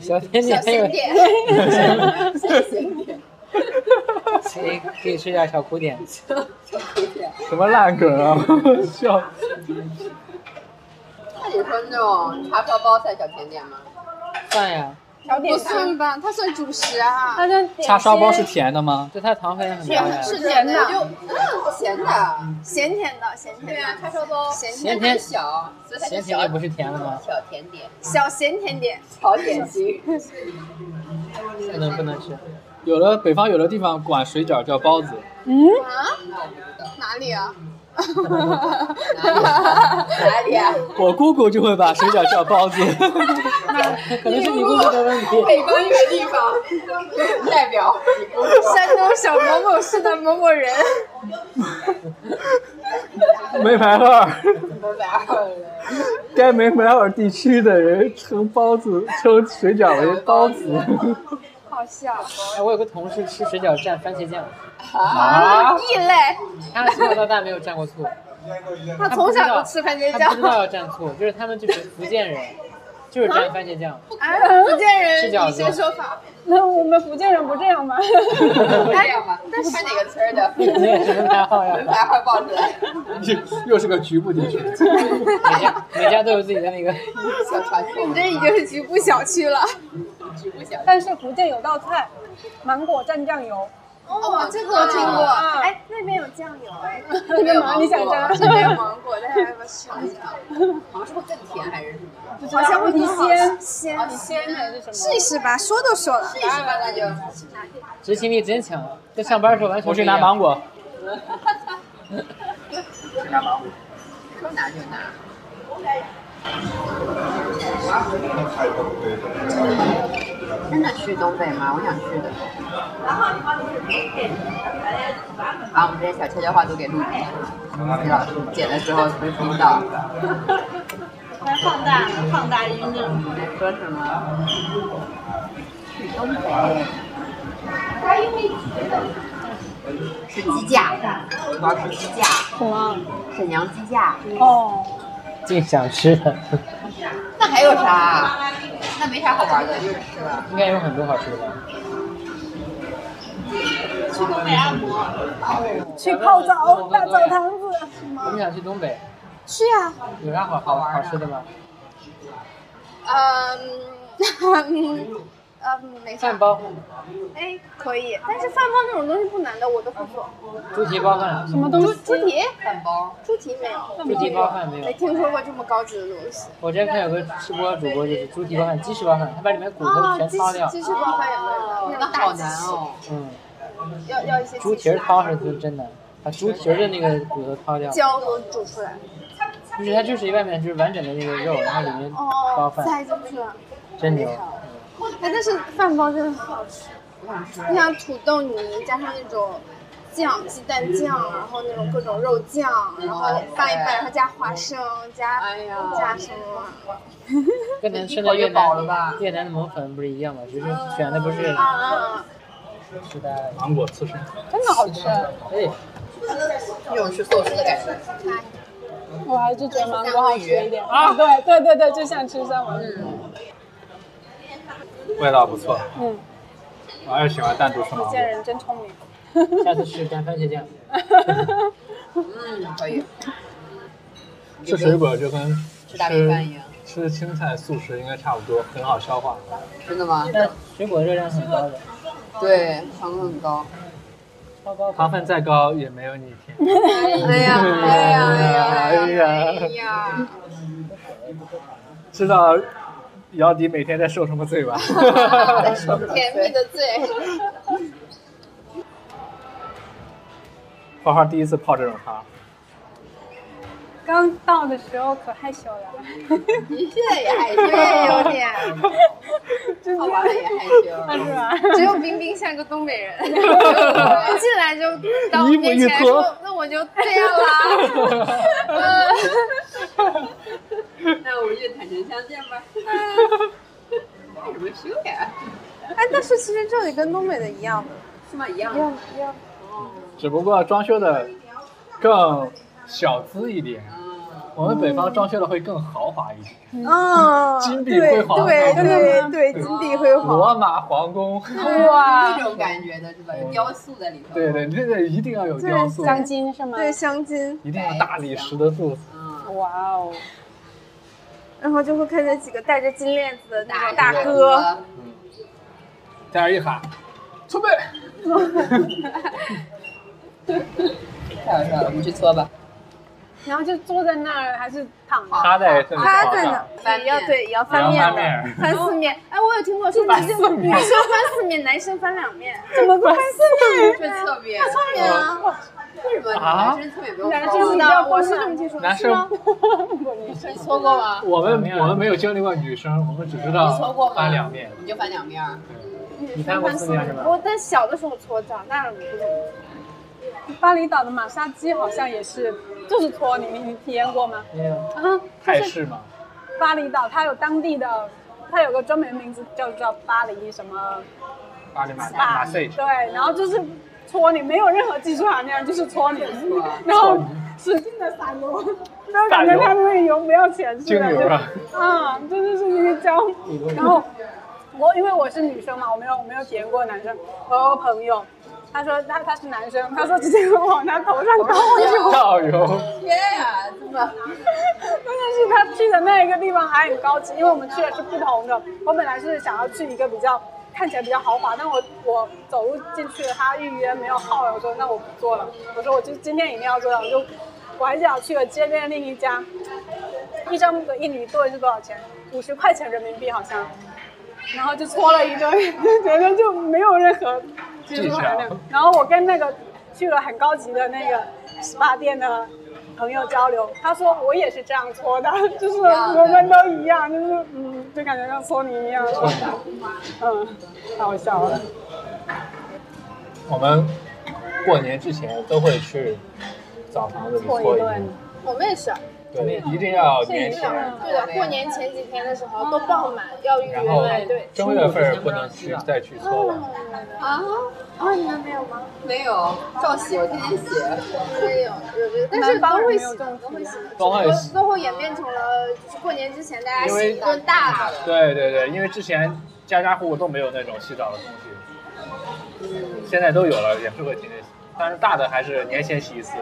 F: 小甜
G: 小
F: 点还有
G: 甜点，
F: 谁可以吃点小苦点？
D: 什么烂梗啊， 笑。
C: 那你说那种叉烧包算小甜点吗？
F: 算呀，
B: 小
G: 不
B: 点心，
G: 算吧，它算主食啊
B: 它。算点心
D: 叉烧包是甜的吗？
F: 对它糖分也很高
C: 啊
F: 呀
G: 甜。是甜的，
C: 就嗯，咸的。
G: 咸甜的，咸甜
C: 对啊，
G: 的，
C: 叉烧包
G: 咸
F: 咸甜
G: 甜
C: 小，所以它
F: 咸
C: 是
F: 甜
C: 小
F: 也不是甜的吗？
C: 小甜点，
G: 小咸甜点，
C: 小点心。
F: 不能不能吃。
D: 有的北方有的地方管水饺叫包子，
F: 嗯
G: 啊？哪 里啊？
F: 啊
C: 哪里啊？
D: 我姑姑就会把水饺叫包子。
F: 可能是你姑姑的问题。
C: 北方一个地方代表，你跟我说
G: 山东省某某市的某某人，
D: 没牌号，
C: 你们俩
D: 该没牌号地区的人称包子 称水饺为包子。
G: 好笑
F: 哎，我有个同事吃水饺蘸番茄酱，
D: 啊，
G: 异类。
F: 他从小到大没有蘸过醋，
G: 他从小就吃番茄
F: 他
G: 酱
F: 不知，道要蘸醋，就是他们就是福建人，就是蘸番茄酱。
G: 啊，福建人
F: 吃饺
G: 女
F: 子
G: 性说法，
B: 那 我们福建人不这样吗？
C: 这样吧，但是哪个村儿的
F: 你也是门牌号
C: 门
F: 呀，
C: 牌号报出来，
D: 又是个局部 地区。
F: 每家每家都有自己的那个。
C: 小传
G: 你
C: 统
G: 这已经是局部小区了。
C: 局部小。
B: 但是福建有道菜，芒果蘸酱油，
G: 哦，这个我听过。
C: 哦
B: 啊
G: 哎，那边有酱油，哎，
B: 这个嘛你想蘸？
G: 这边有芒果，大家要不要试一下？
C: 好像是会更甜还是什么？
B: 好像会
G: 不
B: 你
G: 好
B: 先
G: 鲜，
B: 你先还是什么？
G: 试一试吧，说都说了。
C: 试一试吧，那就
F: 执行力真强，跟上班的时候完全
D: 我去拿芒果，
F: 果。
C: 说拿就拿。真的去东北吗？我想去的。把我们这些小悄悄话都给录进去了，给老师剪的时候会听到。
E: 还放大放大音量。
C: 你在说什么？去东北。吃鸡架，主要是鸡架，
B: 什么？
C: 沈阳鸡架，
B: 哦，
F: 净想吃的，
C: 那还哎有啥？那没啥好玩的，就是吃了。
F: 应该有很多好吃的吧？
E: 去东北按摩，
B: 去泡澡、大澡堂子，
F: 我们想去东北，
G: 去啊，
F: 有啥好好好吃的吗？
G: 嗯， 嗯，嗯，没
F: 饭
G: 啥。
F: 包、
G: 哎，可以，但是饭包那种东西不难的，我都会做。
F: 猪蹄包饭、啊
B: 什么东西？
G: 猪蹄，
C: 饭包，
G: 猪蹄没有，
F: 猪蹄包饭没有
G: 没。听说过这么高级的东西。
F: 我之前看有个吃播主播就是猪蹄包饭、鸡翅包饭，他把里面骨头
G: 啊，
F: 全
G: 鸡
F: 掏
G: 翅
F: 掉。
G: 鸡翅包饭有没有？那
C: 那
G: 种
C: 好
G: 大鸡
C: 难
G: 翅，
C: 哦。
F: 嗯，
G: 要要一些啊
F: 猪蹄儿掏是真真的，把猪蹄儿的那个骨头掏掉，
G: 胶都煮出来。
F: 就是它就是外面就是完整的那个肉，然后里面包
G: 哦，
F: 饭，
G: 塞进去了。
F: 真牛。
G: 哎，但是饭包真的很好吃。
C: 嗯
G: 你想土豆泥加上那种酱，鸡蛋酱，然后那种各种肉酱，然后拌一拌，然后加花生，加
C: 哎呀
G: 加什么？
F: 跟咱
C: 一
F: 吃
C: 口
F: 的
C: 就
F: 越
C: 饱
F: 南
C: 了吧
F: 越南的米粉不是一样吗？只是选的不是
G: 啊啊！
F: 吃的，
D: 芒果刺身。
B: 真的好吃，
F: 哎，
C: 那种吃寿司的感觉。
B: 我还是觉得
C: 嗯
B: 芒果好吃一点啊。对对对对，就像吃三文鱼。
D: 味道不错，
B: 嗯，
D: 我还是喜欢单独吃芒
B: 福
D: 果。
B: 建人真聪明。
F: 下次吃蘸番茄酱。
C: 嗯，可以。
D: 吃水果就跟
C: 吃大米饭一样。
D: 吃青菜素食应该差不多，很好消化。
C: 真的吗？
F: 但水果热量很高的，
C: 对，糖分很高。
F: 超高
D: 糖分再高也没有你甜。
C: 哎 呀，哎呀，哎呀，哎 呀！
D: 知道姚笛每天在受什么罪吧？
G: 甜蜜 的罪，
D: 花花第一次泡这种汤，
B: 刚到的时候可害羞了，
G: 现在也害羞，有点，
B: 就是
C: 好玩的也害羞。
B: 是吧？
G: 只有冰冰像个东北人， 一进来就到我面
D: 衣服一
G: 前
D: 脱
G: 说，那我就这样啦。 嗯
C: 那我们就坦诚相见吧。为 什么羞呀？
B: 哎，但是其实这里跟东北的一样，
C: 是吗？一样
B: 一。样一样。
D: 只不过装修的更小资一点。
C: 嗯
D: 我们北方装修的会更豪华一点，
B: 嗯，
D: 金碧
B: 对
D: 辉煌
B: 对
D: 真的吗
B: 对对，金碧辉煌。
D: 罗马皇宫。
C: 哇，那种感觉的是吧？有雕塑在里头。
D: 对对，这个一定要有雕塑，
B: 镶金是吗？
G: 对，香精，
D: 一定要大理石的柱子。
C: 嗯，
B: 哇哦，
G: 然后就会看见几个戴着金链子的那种大
C: 大
G: 哥。
C: 哥，
D: 在那儿一喊，出备。
C: 开
F: 啊
C: 玩笑，我们去搓吧。
B: 然后就坐在那儿还是躺着？
D: 他在这里
G: 他
D: 泡
G: 在
D: 上，
G: 那也要对也要翻面
D: 翻
G: 的，
D: 面，
G: 翻四 面。哎，我有听过说女生女生翻四面，男生翻两面，
B: 怎么翻四
C: 这侧面，
G: 对啊，
C: 为什么男生侧面不用
B: 男
C: 搓？
B: 生
G: 不知道，我是这么听说的。
D: 男生
C: 你搓过吗？
D: 我
F: 没
D: 们
F: 有
D: 我们没有经历过女生，我们只知
C: 你搓过
D: 道
C: 吗
D: 翻两面。
C: 你就翻两面儿。
F: 你翻过四面是吧？
G: 我但小的时候搓，长大了不怎么搓。
B: 巴厘岛的马杀鸡好像也是，就是搓你你你体验过吗？
F: 没有，
B: 嗯，
D: 泰式嘛，
B: 巴厘岛它有当地的，它有个专门名字叫叫巴黎什么
D: 巴黎马马
B: 大，
D: 赛
B: 对，然后就是搓你，没有任何技术含量，就是搓你，然后使劲的撒油，然后感觉它那个油不要钱似
D: 精
B: 的，
D: 油啊，嗯
B: 就啊，真的是那个胶，然后我因为我是女生嘛，我没有我没有体验过男生，我有个朋友。他说他他是男生，他说直接往他头
D: 哦
B: 上倒油，
D: 倒油，
C: 天呀，这
B: 真
C: 么
B: 的是他去的那一个地方还很高级，因为我们去的是不同的。我本来是想要去一个比较看起来比较豪华，但我我走路进去，他预约没有号了，我说那我不做了，我说我就今天一定要做到，我就我还想去了街边另一家，一张的印尼盾是多少钱？五十块钱人民币好像。然后就搓了一顿， 就觉得就没有任何技术含量
D: 技巧。
B: 然后我跟那个去了很高级的那个 SPA 店的朋友交流，他说我也是这样搓的， 就是我们都一样，就是嗯，就感觉像搓泥一样，嗯，太好笑啊了。
D: 我们过年之前都会去澡堂子里搓一
B: 搓一
D: 顿
B: 顿，
G: 我们也是，
D: 对，一定要年
G: 对
D: 前，
G: 的，过年前几天的时候都爆满，要预约
D: 然后
G: 排队。
D: 正月份儿不能去再去搓了。
G: 啊？哦，你们没有吗？
C: 没有照洗，我天天洗。
G: 没有，有这个，但是
B: 南方
G: 都会
B: 人没有
G: 洗
B: 这
G: 的，
B: 种
G: 都会洗的，
D: 都会洗
G: 最后演变成了就是过年之前大家
D: 因
G: 洗
D: 为
G: 一顿大的。
D: 对对对，因为之前家家户户都没有那种洗澡的东西，现在都有了，也是会天天洗。但是大的还是年前洗一次，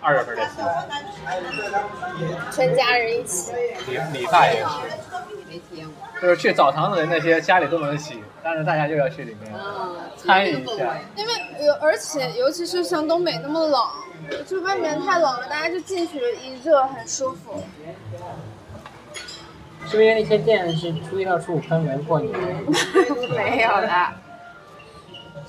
D: 二月份再洗一次。
G: 全家人一起，
D: 理理发也是，
C: 没体验过。
D: 就是去澡堂子的那些家里都能洗，但是大家又要去里面。
C: 嗯，
D: 参与一下
C: 体验这个氛围
G: 因为有而且尤其是像东北那么冷，就外面太冷了，大家就进去一热很舒服。
F: 是不是因为那些店是初一到初五关门过年？
C: 没有啦，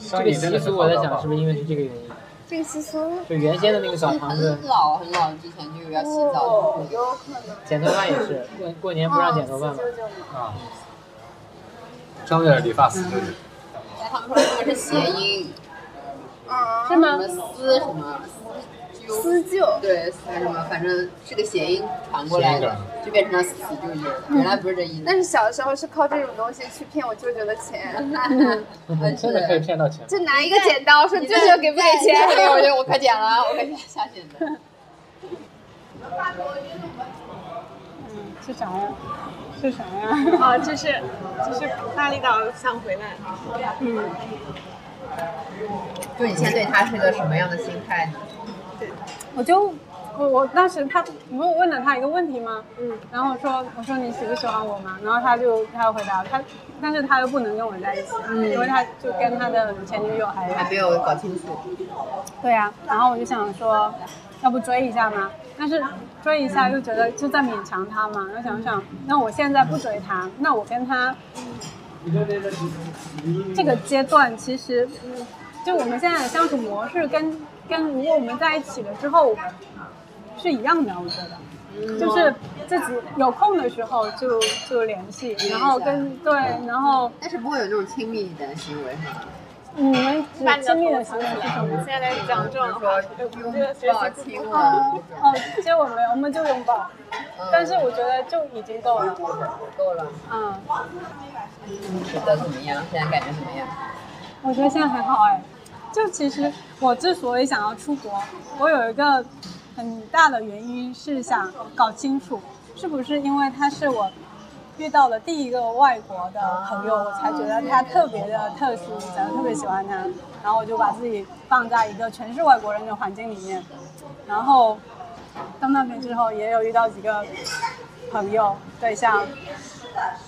F: 这个习俗我在想是不是因为是这个原因？
G: 这个习俗
F: 就原先的那个澡堂子
C: 很老很老之前就要洗澡。
G: 哦，有可能。
F: 剪头发也是，过过年不让剪头发嘛。
D: 啊，正月理发师就是
C: 但他们说这个是谐音，
G: 啊，
B: 是吗
C: 什么？丝什么丝纠，
G: 私舅，
C: 对丝什么，反正是个谐音传过来的
D: 谐音，
C: 就变成了死纠结。原来不是这意思。
G: 但是小时候是靠这种东西去骗我舅舅的钱，
F: 嗯
C: 但
D: 真的可以骗到钱。
G: 就拿一个剪刀说舅舅给不给钱，
C: 我觉得我可捡了，我可捡下线的。
B: 是啥呀？是啥呀？
E: 啊，这是这是巴厘岛想回来，
C: 就以前对他是个什么样的心态呢？
B: 我就我我当时他我不是问了他一个问题吗？嗯，然后我说我说你喜不喜欢我嘛？然后他就他就回答他，但是他又不能跟我在一起，因为他就跟他的前女友还
C: 还没有搞清楚。
B: 对呀、然后我就想说，要不追一下嘛？但是追一下又觉得就在勉强他嘛。然后想想，那我现在不追他，那我跟他这个阶段其实，嗯就我们现在的相处模式跟跟如果我们在一起了之后是一样的，我觉得。就是自己有空的时候就就联系，然后跟对，然后
C: 但是不会有那种亲密的行为，是吧？
B: 你们只
E: 把你的
B: 亲密
E: 头
B: 的行为是
E: 藏起来。
B: 什
E: 我
B: 么
E: 们？现在来讲这种话，我们这个学
C: 抱
E: 习
C: 亲了，
B: 哦，接吻没有，我们就拥抱。但是我觉得就已经够了。
C: 够了。
B: 嗯，
C: 你觉得怎么样？现在感觉怎么样？
B: 我觉得现在很好哎。就其实我之所以想要出国，我有一个很大的原因是想搞清楚，是不是因为他是我遇到的第一个外国的朋友，我才觉得他特别的特殊，然后特别喜欢他，然后我就把自己放在一个全是外国人的环境里面，然后到那边之后也有遇到几个朋友对象，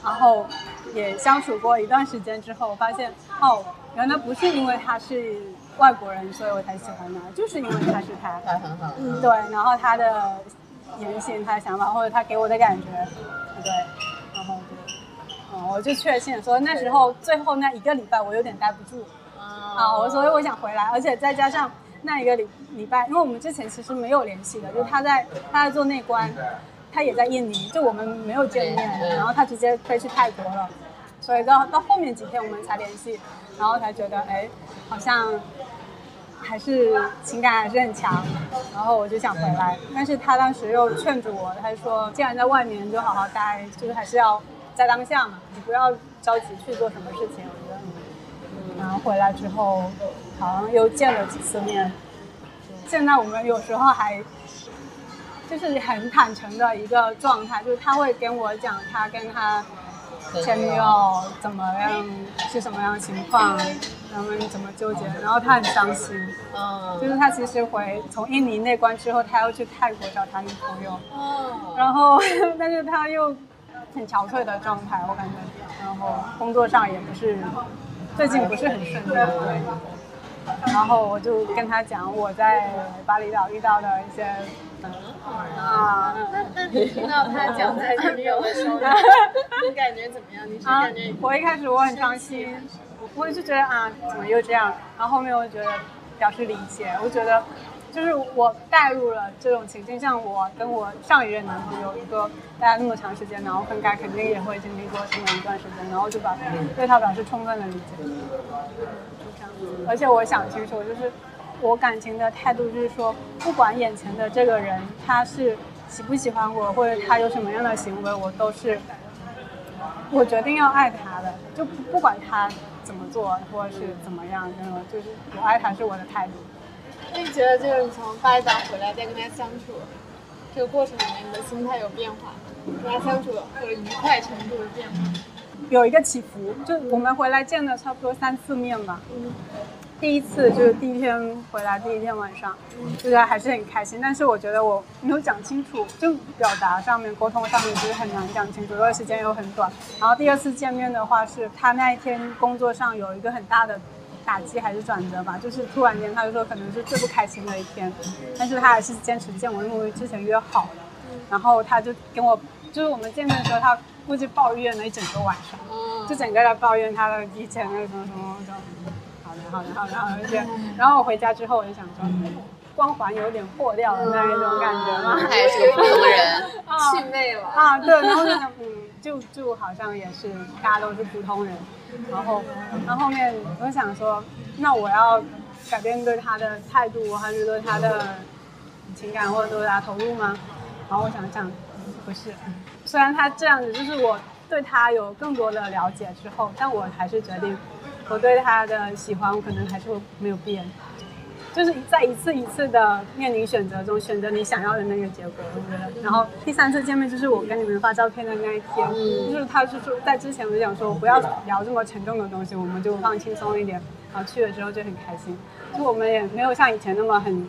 B: 然后也相处过一段时间之后，发现哦，原来不是因为他是外国人，所以我才喜欢他，就是因为他是他。嗯
C: 还很好。
B: 对，然后他的言行、他的想法，或者他给我的感觉，对，然后就，嗯，我就确信说那时候最后那一个礼拜我有点待不住
C: 哦
B: 啊，我所以我想回来，而且再加上那一个礼礼拜，因为我们之前其实没有联系的，就是他在他在做内观，他也在印尼，就我们没有见面，然后他直接飞去泰国了。所以到到后面几天我们才联系，然后才觉得哎，好像还是情感还是很强，然后我就想回来，但是他当时又劝住我，他说既然在外面就好好待，就是还是要在当下嘛，你不要着急去做什么事情。我觉得，嗯然后回来之后好像又见了几次面，现在我们有时候还。就是很坦诚的一个状态，就是他会跟我讲他跟他前女友怎么样是什么样的情况，他们怎么纠结，然后他很伤心，就
C: 嗯。
B: 是他其实回从印尼内关之后，他要去泰国找他女朋友，
C: 哦。
B: 然后 但是他又很憔悴的状态，我感觉，然后工作上也不是最近不是很顺利，对。
C: 嗯
B: 然后我就跟他讲我在巴厘岛遇到的一些，嗯啊，
E: 那你听到他讲他前女友的时候， 你感觉怎么样？你是
B: 啊
E: 感觉，
B: 我一开始我很伤心，我就觉得啊，怎么又这样？然后后面我觉得表示理解，我觉得就是我带入了这种情境，像我跟我上一任男朋友有一个大家那么长时间，然后分开，肯定也会经历过这么一段时间，然后就把对他表示充分的理解，就这样子。而且我想清楚，就是我感情的态度就是说，不管眼前的这个人他是。喜不喜欢我，或者他有什么样的行为，我都是我决定要爱他的，就不不管他怎么做或者是怎么样，那种就是我爱他是我的态度。
E: 那你觉得就是你从巴厘岛回来再跟他相处，这个过程里面你的心态有变化吗？跟他相处或者愉快程度的变化？
B: 有一个起伏，就我们回来见了差不多三四面吧。第一次就是第一天回来，第一天晚上，就是还是很开心，但是我觉得我没有讲清楚，就表达上面、沟通上面就是很难讲清楚，因为时间又很短。然后第二次见面的话是，他那一天工作上有一个很大的打击还是转折吧，就是突然间他就说可能是最不开心的一天，但是他还是坚持见我，因为我们之前约好了。然后他就跟我，就是我们见面的时候，他估计抱怨了一整个晚上，就整个在抱怨他的以前那个什么什么什么。好的，好的，好的，好的。这样然后我回家之后，我就想说，光环有点破掉的那一种感觉嘛。
C: 他也是个普通人，
B: 啊
E: 暧昧了，
B: 啊，对，然后就想嗯，就就好像也是大家都是普通人，然后然后后面我就想说，那我要改变对他的态度，还是对他的情感或者对他投入吗？然后我想想，不是，虽然他这样子，就是我对他有更多的了解之后，但我还是决定，我对他的喜欢，我可能还是会没有变。就是在一次一次的面临选择中，选择你想要的那个结果，我觉得。然后第三次见面就是我跟你们发照片的那一天，就是他是说在之前我就想说，我不要聊这么沉重的东西，我们就放轻松一点。然后去了之后就很开心，就我们也没有像以前那么很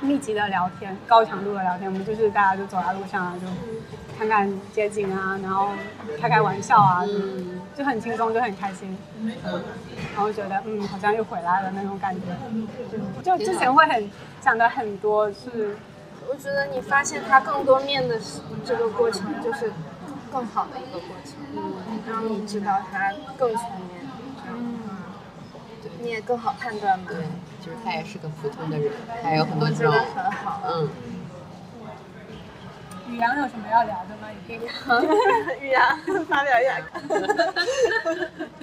B: 密集的聊天，高强度的聊天，我们就是大家就走在路上啊，就看看街景啊，然后开开玩笑啊，就很轻松，就很开心。然后觉得嗯，好像又回来了那种感觉。就之前会很想的很多是，
E: 我觉得你发现他更多面的这个过程，就是更好的一个过程，让你知道他更全面，嗯，你也更好判断嘛，
C: 对，就是他也是个普通的人，他有很多
E: 我
C: 这
E: 觉得
C: 种，
E: 很好。
C: 嗯，
B: 宇阳有什么要聊的吗？你可以
E: 玉阳发表一下，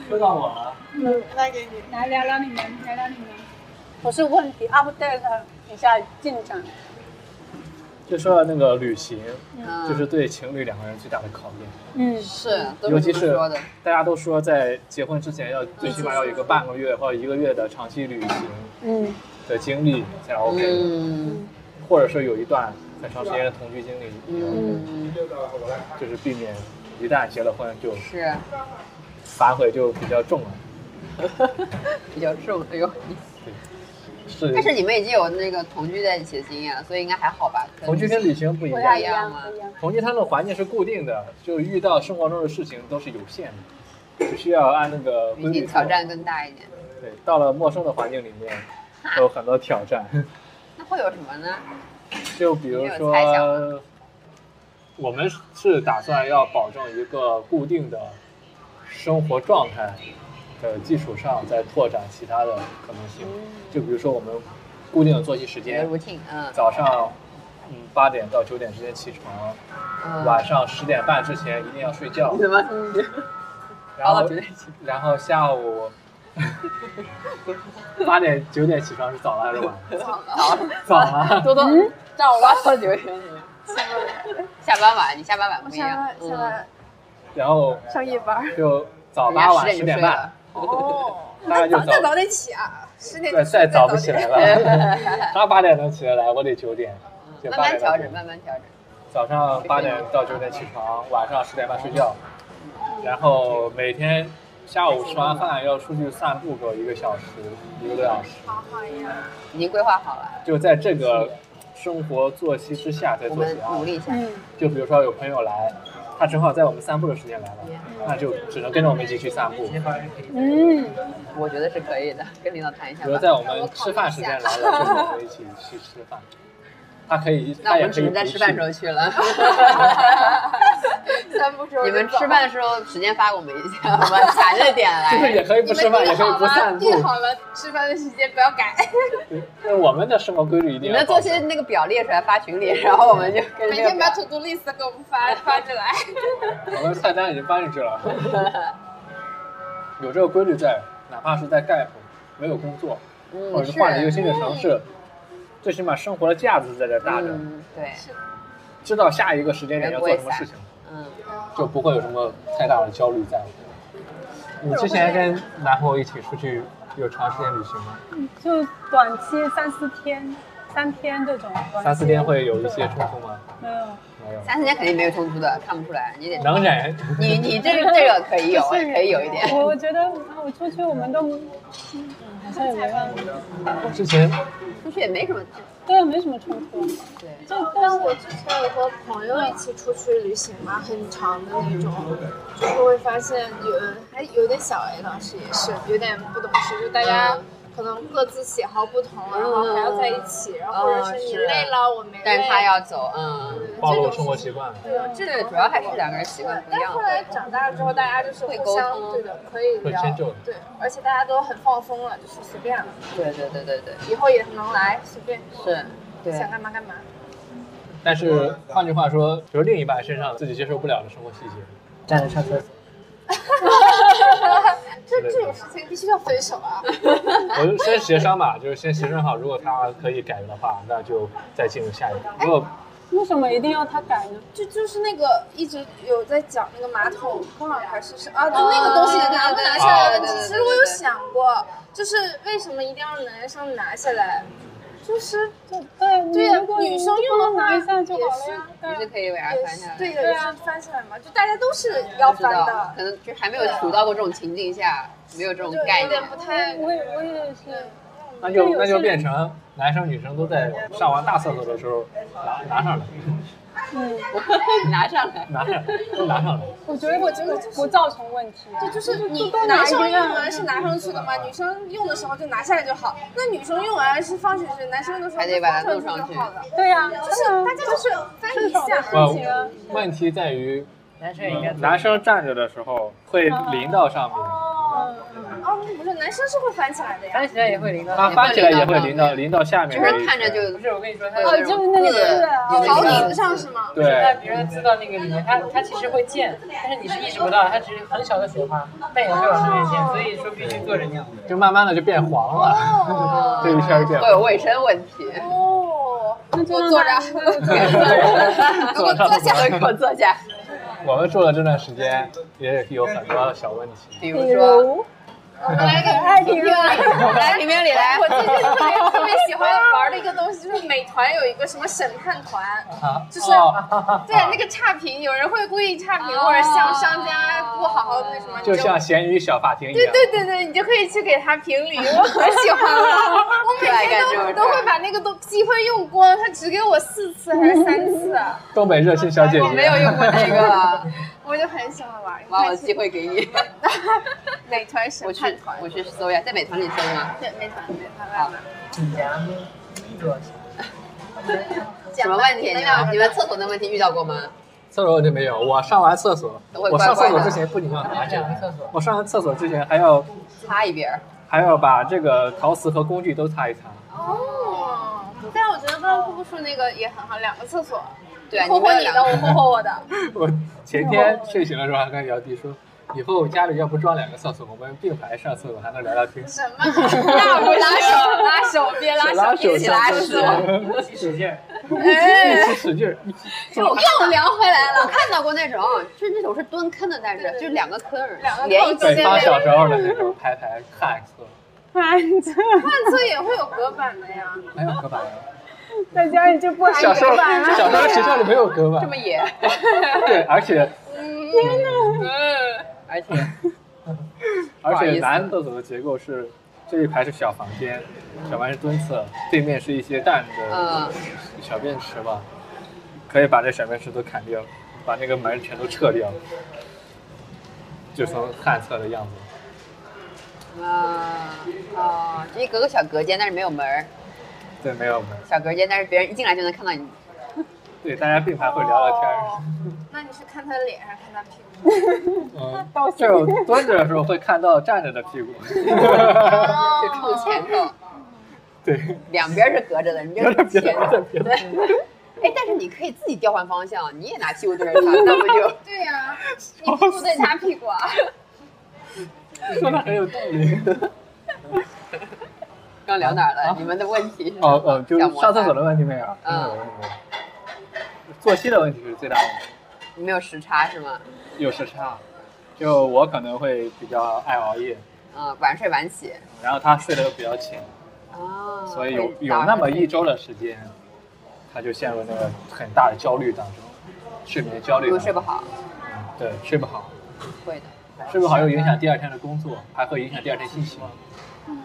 D: 说到我了，
E: 来给你。
B: 来聊聊你们，聊聊你们。我是问题 update 一下进展。
D: 就说到那个旅行，
C: 嗯
D: 就是对情侣两个人最大的考验。
B: 嗯，
C: 是，都
D: 尤其
C: 这么
D: 是
C: 说的，
D: 大家都说在结婚之前要最起码要有一个半个月或者一个月的长期旅行，
B: 嗯，
D: 的经历才 OK，、
C: 嗯
D: 或者说有一段很长时间的同居经历，
C: 嗯，
D: 就是避免一旦结了婚就是反悔就比较重了。
C: 比较重，哎呦，
D: 是，
C: 但是你们已经有那个同居在一起的经验，所以应该还好吧？可能
D: 同居跟旅行不一
B: 不
D: 样，
B: 太一
C: 样
B: 样，
C: 吗
B: 不一样。
D: 同居它的环境是固定的，就遇到生活中的事情都是有限的，只需要按那个规
C: 毕
D: 律
C: 竟
D: 做
C: 挑战。更大一点。
D: 对，到了陌生的环境里面，有很多挑战。
C: 那会有什么呢？
D: 就比如
C: 你有猜想
D: 说，我们是打算要保证一个固定的生活状态的基础上，再拓展其他的可能性。就比如说，我们固定的作息时
C: 比如
D: 间，
C: routine，嗯
D: 早上嗯八点到九点之间起床，
C: 嗯，
D: 晚上十点半之前一定要睡觉
C: 你，怎么
D: 然
C: 熬
D: 后
C: 嗯到九点起？
D: 然后 下午八点九点起床是早了还是晚了？早了，
C: 多多，
G: 嗯
C: 照我挖到九点起。下班晚，你下班晚
G: 我
C: 不一
G: 下
C: 样
G: 班，下
C: 嗯，
G: 班
D: 然后
G: 上夜班儿。
D: 就早
C: 人家
D: 八晚
C: 10
D: 十
C: 嗯点
D: 点
C: 就睡
D: 半
C: 了。。
G: 哦，
D: 当然就
G: 再
D: 早
G: 早，点起啊，十点
D: 对，再早不起 来了。他八点能起得来，我得九点。就
C: 慢
D: 八
C: 慢
D: 点
C: 调
D: 到
C: 整，
D: 九点
C: 慢慢调整。
D: 早上八点到九点起床，晚上十点半睡觉，然后每天下午吃完饭要出去散步个一个小时，一个多小时，
G: 好好呀。
C: 已经规划好了，
D: 就在这个生活作息之下再
C: 我
D: 做
C: 们
D: 其他
C: 努。力一下。
B: 嗯，
D: 就比如说有朋友来，他正好在我们散步的时间来了，那就只能跟着我们一起去散步。
B: 嗯，
C: 我觉得是可以的，跟领导谈一下
D: 比如
C: 吧。
D: 在我们吃饭时间来了，就我们一起去吃饭。他可以，
C: 那
D: 他
C: 我
D: 也
C: 们
D: 可
C: 只
D: 以
C: 能在
D: 不
C: 吃饭
D: 去
C: 时候去 了。
E: 散步时候
C: 你们吃饭的时候时间发给我们一下，我们抢着点
D: 就是
C: 来。
D: 也可以不吃饭，也可以不散步
G: 定。好了吃饭的时间不要改，
D: 就是我们的生活规律一
C: 你
D: 定要
C: 们
D: 保
C: 做
D: 证。
C: 些那个表列出来发群里，然后我们就跟
G: 每
C: 这个
G: 天把
C: 表。
G: to do list 给我们发发着来。
D: 我们菜单已经搬进去了。有这个规律在，哪怕是在 Gap 没有工作，或
C: 嗯，
D: 者
C: 是嗯
D: 是换了一个新的城市，最起码生活的架子在这搭着。
C: 嗯，对，
D: 知道下一个时间点要做什么事情，
C: 嗯，
D: 就不会有什么太大的焦虑在。你之前跟男朋友一起出去有长时间旅行吗？
B: 就短期三四天、三天这种。短期
D: 三四天会有一些冲突吗？
B: 没有，
D: 没有，
C: 三四天肯定没有冲突的，看不出来，你得
D: 能忍。
C: 你你这个这个可以有，
B: 不是
C: 可以有一
G: 哦
C: 点。
B: 我我觉得啊我出去我们都嗯好像也没办法，
D: 我之前
C: 出去也没什么，
B: 对，没什么冲突。
C: 对，
B: 就但
G: 但
B: 是
G: 我之前有和朋友一起出去旅行嘛，很长的那种，就是会发现有还有点小 A 当时也是有点不懂事，就大家可能各自喜好不同，啊然后还要在一起，然后或者是你累了我没累，
C: 但是他要走，嗯，
D: 暴露生活习惯了，
G: 对这
C: 对，
G: 个
C: 主要还是两个人习惯不一
G: 但
C: 样
G: 后。来长大之后，大家就是
C: 会
G: 互
C: 沟
G: 相
C: 通
G: 对的可以
D: 会
G: 聊
D: 迁就的，
G: 对，而且大家都很放松了，就是随便了，
C: 对对对对对，
G: 以后也能来随便，
C: 是，对
G: 想干嘛干 嘛。
D: 但是换句话说，比如另一半身上自己接受不了的生活细节，
F: 站着上厕所，
G: 这这种事情必须要分手 啊！
D: 我就先协商吧，就是先协商好，如果他可以改的话，那就再进入下一步。如
C: 哎
D: 果
B: 为什么一定要他改呢？
H: 就就是那个一直有在讲那个马桶盖儿还是是啊，就
C: 哦
H: 那个东西拿不拿下来的问题。其
G: 其实
H: 实
G: 我
H: 我
G: 有
H: 有
G: 想过，就是为什么一定要男生拿下来？就是
B: 就对，你
G: 对呀
B: 如果
G: 女生用的话
B: 拿一下就好了
G: 也是
B: 呀。对
C: 你
B: 啊
C: 是可以为啥
G: 也
C: 翻
G: 是
C: 下来？
G: 对
C: 不
G: 的，
H: 啊
G: 也是翻下来嘛，就大家都是要
C: 知
G: 翻
C: 道
G: 的，，
C: 可能就还没有处到过这种情境下，没有这种
G: 就
C: 概
G: 有
C: 念
G: 点。不太
B: 啊我也我也是，
D: 那就那就变成男生女生都在上完大厕所的时候拿拿上来，
B: 嗯，
C: 拿上 来，
D: 拿上来，都拿上来。
B: 我觉得我这个不造成问题啊。
H: 对，就是你
B: 都
H: 男
B: 拿一个
H: 生
B: 样
H: 用完是拿上去的嘛，
C: 嗯
H: 女生用的时候就拿下来就好。那女生用完是放下去，男生用的时候
C: 还得把它
H: 就
C: 弄
H: 放
C: 上
H: 上
C: 去
H: 就好了。
B: 对呀，啊就
H: 就是大家就是翻一下，
B: 事情啊。
D: 问题在于
F: 男生也应该做
D: 嗯男生站着的时候会
C: 哦
D: 淋到上面，
H: 哦，不是，男生是会翻起来的呀。
F: 翻起来也会淋到。
D: 他啊翻起来也会淋到淋到下面
C: 哦就
D: 的一圈，
C: 是看着就
F: 不是我跟你说，他
B: 哦，就是那个字啊，
C: 有那
H: 头
C: 个
H: 顶上是吗？
F: 就是在
D: 对，
F: 别人知道那个里面，它它其实会溅，但是你是意识不到，它只是很小的水花，但也会往上面溅，
B: 哦
F: 所以说必须坐着尿。
D: 就慢慢的就变黄
G: 哦
D: 了，这一圈变
C: 会有
D: 黄。
C: 卫生问 题。
H: 哦，
B: 那就让
H: 坐
B: 他
H: 着
B: 那就坐着
C: 给我坐下，给我坐下。
D: 我们住的这段时间也有很多小问题，
C: 比
B: 比
C: 如说，
B: 如，
C: 来给
B: 爱听
C: 来评评理来
G: 我。最近特别特别喜欢玩的一个东西，就是美团有一个什么审判团，就是
D: 啊哦
G: 对那个差评，有人会故意差评，或者像商家不好好那什么，
D: 就
G: 你
D: 像咸鱼小法庭一
G: 对
D: 样。
G: 对对对，你就可以去给他评理，我可喜欢了，我每天
C: 对
G: 都
C: 对对
G: 都会把那个东机会用光，他只给我四次还是三次，
D: 东北热心小姐姐，
C: 我没有用过这 个，
G: 我就很喜欢玩。
C: 把我机会给你。
G: 美团审
C: 我去
G: 判团，
C: 我去搜一下，在美团里搜吗？
G: 对美团美团外卖。
F: 紧张，坐下。
C: 什么问题？你们你们厕所的问题遇到过吗？
D: 厕所我就没有，我上完厕所，
C: 都会
D: 我上厕
C: 乖乖
D: 所
C: 的
D: 之前不仅要拿这
F: 上厕
D: 个
F: 所，
D: 我上完厕所之前还要
C: 擦一边儿。
D: 还要把这个陶瓷和工具都擦一擦。
G: 哦，但我觉得刚刚姑叔那个也很好，两个厕所，
C: 对，啊
G: 霍霍
C: 们
G: 你的，我霍霍我的。
D: 我前天睡醒的时候还跟姚弟说，以后家里要不装两个厕所，我们并排上厕所还能聊聊天。
G: 什么？那 不
C: 拉
G: 是
C: 手拉手，别
D: 手 拉
C: 拉手，一起
D: 上
C: 拉
D: 厕
C: 手
D: 所。，
F: 一起使劲儿，
D: 一起使劲儿。
C: 又聊回来哎了，我看到过那种，啊就是那种是蹲坑的，但是就是两个坑儿
G: 两个
C: 连一起
G: 坑儿
D: 北方小时候的那种排排旱厕，
B: 哎，这
G: 旱厕也会有隔板的呀。
D: 没有隔板呀。
B: 在家里就不安
D: 小时候
B: 全感了。
D: 小时候学校里没有隔
C: 这
D: 板
C: 么，野，
D: 对，而且嗯
C: 而且
D: 而
C: 不好意
D: 且
C: 思
D: 男厕所的结构是。这一排是小房间，小房间是蹲厕，对面是一些站着
C: 嗯，
D: 小便池吧，可以把这小便池都砍掉，把那个门全都撤掉，就成旱厕的样子。
C: 啊啊，这一隔个小隔间，但是没有门儿，
D: 对，没有门。
C: 小隔间，但是别人一进来就能看到你。
D: 对，大家并排会聊聊天
G: 哦
D: 儿。
G: 那你是看他脸还是看他屁股？
D: 嗯，就蹲着的时候会看到站着的屁股。
G: 哦
C: 就冲前头，
D: 对，
C: 两边是隔着的，你这
D: 别了
C: 是
D: 别
C: 前头
D: 了。别了，
C: 对，哎，但是你可以自己调换方向，你也拿屁股对着他，那不就
G: 对呀、你屁股对他屁股啊。
D: 说的很有道 理。
C: 刚
B: 啊
C: 聊哪儿了？你们的问题是什么
D: 哦哦，就是
C: 小摩擦
D: 上
G: 嗯
D: 厕所的问题没有？
C: 嗯
D: 没有没有作息的问题是最大的问题。
C: 没有时差是吗？
D: 有时差，就我可能会比较爱熬夜，
C: 嗯，晚睡晚起
D: 然后他睡得又比较浅，
C: 啊，
G: 嗯
D: 所以
C: 会
D: 有
C: 打
D: 有那么一周的时间，他就陷入那个很大的焦虑当中，睡眠焦虑
C: 又
D: 当
C: 睡不
D: 中，
C: 好，
D: 对，睡不好，
C: 会的。
D: 睡不好又影响第二天的工作，还会影响第二天心情。
C: 嗯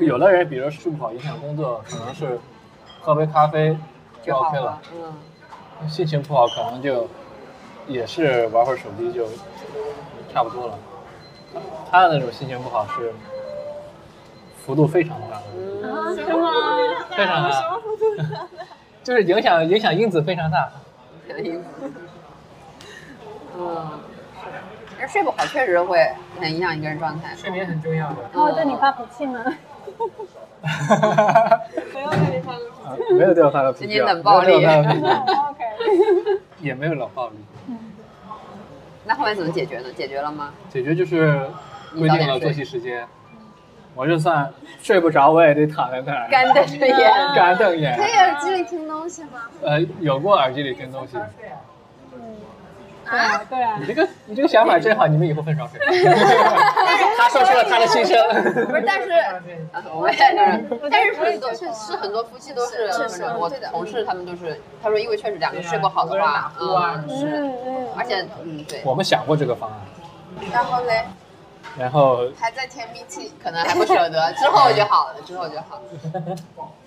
D: 有的人，比如说睡不好影响工作，可能是喝杯咖啡就
C: 就好
D: 哦 OK 了，，
C: 嗯，
D: 心情不好可能就也是玩会儿手机就差不多了。他的那种心情不好是幅度非常大，
F: 嗯
B: 啊
D: 非常大，就是影响影响因子非常大。
C: 有意思。嗯，是的睡不好确实会很影响一个人状态。嗯
F: 睡眠很重要 的。
B: 然后哦对你发脾气吗？
D: 没有对他的脾啊
C: 今
D: 气，没有对他的脾气
C: 天
D: 啊，
C: 冷暴力
D: 没有对他的脾气
B: OK，
D: 也没有冷暴力。
C: 那后面怎么解决呢？解决了吗？
D: 解决就是规定了作息时间，我就算睡不着，我也得躺在那儿
C: 干瞪着眼，
D: 干瞪眼
G: 可。以耳哎机里听东西吗？
D: 呃，有过耳机里听东西，
B: 对啊，对啊
D: 你，这个你这个想法真好，你们以后分手水。他说出了他的心声。
C: 不是，但是啊我也是， 但是很多确实很多夫妻都是，
G: 嗯是是
C: 我同事他们都是，他说因为确实两个
F: 对
C: 人
F: 呀
C: 睡不好的话，
F: 有个人打呼啊
C: 嗯，
F: 是
C: 是，
G: 嗯
C: 而且嗯对，
D: 我们想过这个方案，
G: 然后嘞，
D: 然后
G: 还在甜蜜期，
C: 可能还不舍得，之后就好了，之后就好了。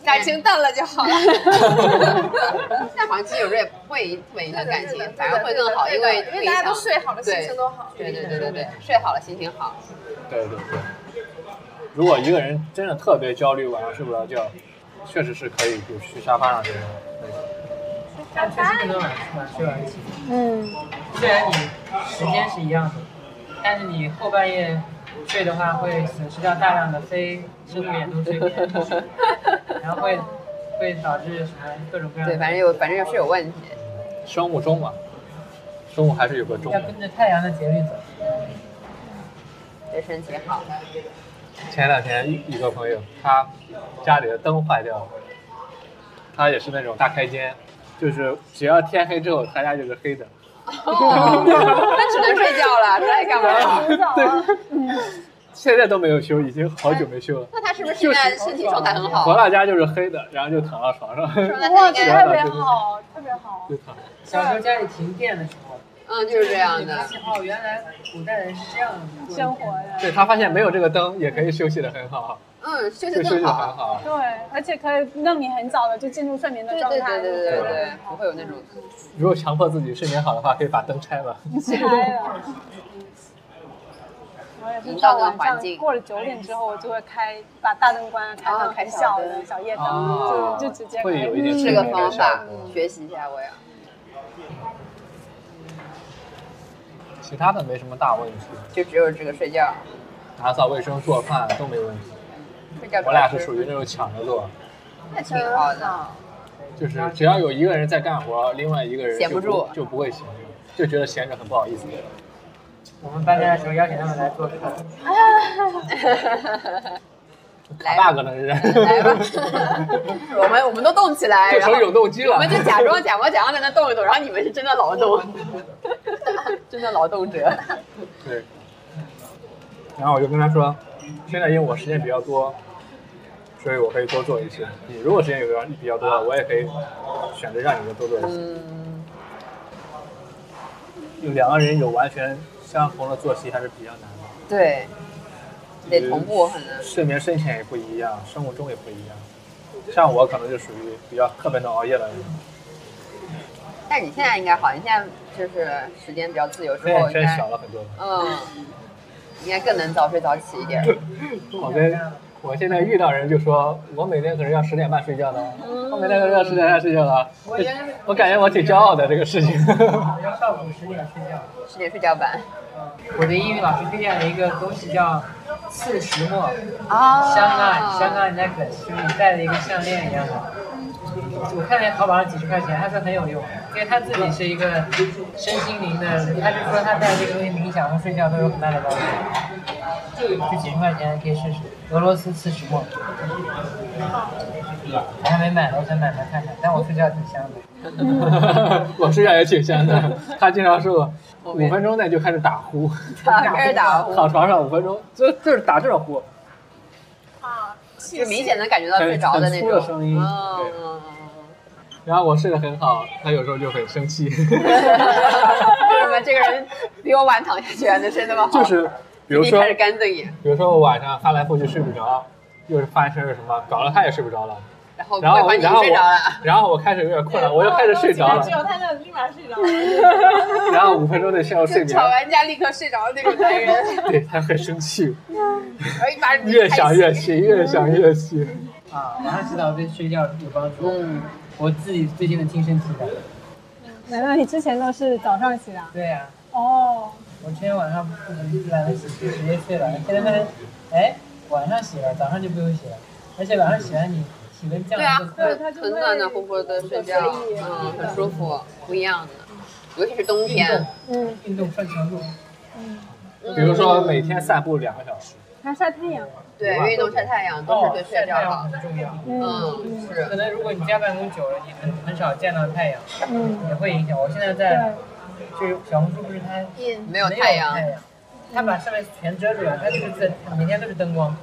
G: 感情淡了就好了。
C: 但好像其实有时候也不会特别影响感情
G: 对的对的，
C: 反而会更好，
G: 对
C: 因
G: 的
C: 为
G: 因为大家都睡好了，
C: 对
G: 心情都好。
C: 对对对对对，睡好了心情好，
G: 嗯
D: 对对对，如果一个人真的特别焦虑，晚上睡不着觉，确实是可以就去沙发上睡。
F: 但确实不能晚晚睡晚起。
B: 嗯，
F: 虽然你时间是一样的，但是你后半夜睡的话，会损失掉大量的非深度眼 动睡眠，然后会会导致什么各种各样
C: 对，
F: 的。
C: 反正有反正是有问题。
D: 生物钟嘛，生物还是有个钟
F: 要
D: 的。
F: 跟着太阳的节律走。
C: 对身体好，
D: 前两天一个朋友，他家里的灯坏掉了，他也是那种大开间，就是只要天黑之后，他家就是黑的。
C: 哦， 那只能睡觉了，那还干
B: 啊
C: 嘛？
D: 对，现在都没有修，已经好久没修了。
C: 那他是不是现在身体状态很好
D: 回？到家就是黑的，然后就躺到床上，
C: 那他应
D: 对
C: 该，
B: 特别好，特别好
D: 就。躺。
F: 小时候家里停电的时候，
C: 嗯，就是这样
F: 你发
C: 的。
F: 现哦，原来古代人是这样过
B: 生活。的，
D: 对他发现没有这个灯也可以休息的很好，
C: 嗯，休息
D: 就休息
C: 更
D: 的很
C: 好。
D: 好。
B: 对，而且可以让你很早的就进入睡眠的
C: 对
B: 状
C: 对
B: 态，
C: 对对对对，不会有那种
D: 如果强迫自己睡眠好的话，可以把灯拆了。
B: 嗨了。我也是
C: 营
B: 到
C: 造那个
B: 晚
C: 环
B: 上
C: 境
B: 过了九点之后，我就会开把大灯关，开
C: 哦
B: 上
C: 开
B: 很
C: 小
B: 小
C: 灯
B: 的小夜灯，
D: 哦
B: 就就直接
D: 会
B: 开
D: 有一点
C: 这
D: 睡
C: 个
D: 眠
C: 方
D: 的效
C: 法
D: 果。，
C: 学习一下我也。
D: 其他的没什么大问题，
C: 就只有这个睡觉，
D: 打扫卫生、做饭都没问题。
C: 睡觉。
D: 我俩是属于那种抢着做，
C: 那挺好的，
D: 就是只要有一个人在干活，另外一个人就
C: 闲不住
D: 就不会闲着，就觉得闲着很不好意思。
F: 我们搬家的时候邀请他们来做客，
C: 来吧
D: 那个呢是，
C: 来吧， 我们我们都动起来，
D: 这
C: 然
D: 成
C: 后
D: 永动机
C: 我
D: 了。
C: 们就假装假模假样在那动一动，然后你们是真的劳动，真的劳动者。
D: 对。然后我就跟他说，现在因为我时间比较多，所以我可以多做一些。你如果时间有比较比较多了，我也可以选择让你们多做一些。
C: 嗯，
D: 有两个人有完全相同的作息还是比较难的，
C: 对，得同步很难。
D: 睡眠深浅也不一样，生物钟也不一样。像我可能就属于比较特别能熬夜的人，
C: 但你现在应该好，你现在就是时间比较自由之
D: 现
C: 后，
D: 在
C: 应
D: 真小
C: 该
D: 了很多。
C: 嗯，应该更能早睡早起一点。
D: 我跟我现在遇到人就说，我每天可是要十点半睡觉的，
C: 嗯
D: 我每天可是要十点半睡觉的。
F: 我
D: 就
F: 原来
D: 我感觉我挺骄傲的这个事情。
F: 我要上午十点睡觉。
C: 十点睡觉吧。
F: 我的英语老师推荐了一个东西叫刺石墨，
C: 啊
F: 香奈香奈 necklace，就是你戴的一个项链一样的。我看了淘宝上几十块钱，他说很有用，因为他自己是一个身心灵的，他就说他戴这个东西冥想和睡觉都有很大的帮助。就几十块钱可以试试，俄罗斯刺石墨。我还没买呢，我想买来看看，但我睡觉挺香的。
C: 嗯
D: 我我是越来越倾向的。他经常说我五分钟内就开始打呼，
C: 开始打呼，
D: 躺床上五分钟，就就是打这种呼，
B: 啊，
C: 就明显能感觉到呃睡
D: 很
C: 着
D: 很
C: 那
D: 粗的
C: 种。
D: 声音。
C: 嗯
D: 对
C: 嗯
D: 然后我睡得很好，他有时候就很生气，
C: 嗯，为什 么这个人比我晚躺下去还能睡那么好？
D: 就是比如
C: 一
D: 说
C: 开始干瞪眼，
D: 比如说我晚上翻来覆去睡不着，又是翻身是什么，搞得他也睡不着了。
C: 然后
D: 然后
C: 快
D: 我
C: 把你
D: 然后
C: 睡着了。
D: 我然后我开始有点困了，我就开始睡着了
B: 只，有他那立马睡着了。
D: 然后五分钟内陷入睡
G: 就
D: 眠
G: 吵，完架立刻睡着的那种 男人，
D: 对他很生气，
C: 而把哎你
D: 越想越气，越想越气。
F: 啊，晚上洗澡对睡觉有帮助。
C: 嗯，
F: 我自己最近的亲身体感。
B: 难道你之前都是早上起的？
F: 对呀、
B: 哦，
F: 我之前晚上不懒得洗，就直接睡了。现在发现，哎，晚上洗了，早上就不用洗了。而且晚上洗完你体温降
C: 对啊
F: 得更快。
B: 他就
C: 很暖暖和和的睡觉，嗯，很舒服，不一样的。尤其是冬
F: 运
C: 天
F: 动，，嗯，运动上强度。
D: 比如
C: 嗯
D: 说每天散步两个小时，
B: 还晒太阳。
C: 对运动晒太阳
F: 哦
C: 都是对睡觉
F: 太阳
C: 好。
F: 很重要。
C: 嗯，
F: 可
C: 是，
F: 能如果你家办公久了，你很很少见到太阳，
B: 嗯，
F: 也会影响。我现在在，就是小红书不是它
C: 没有太阳，
F: 没有它把上面全遮住了，它就是在每天都是灯光，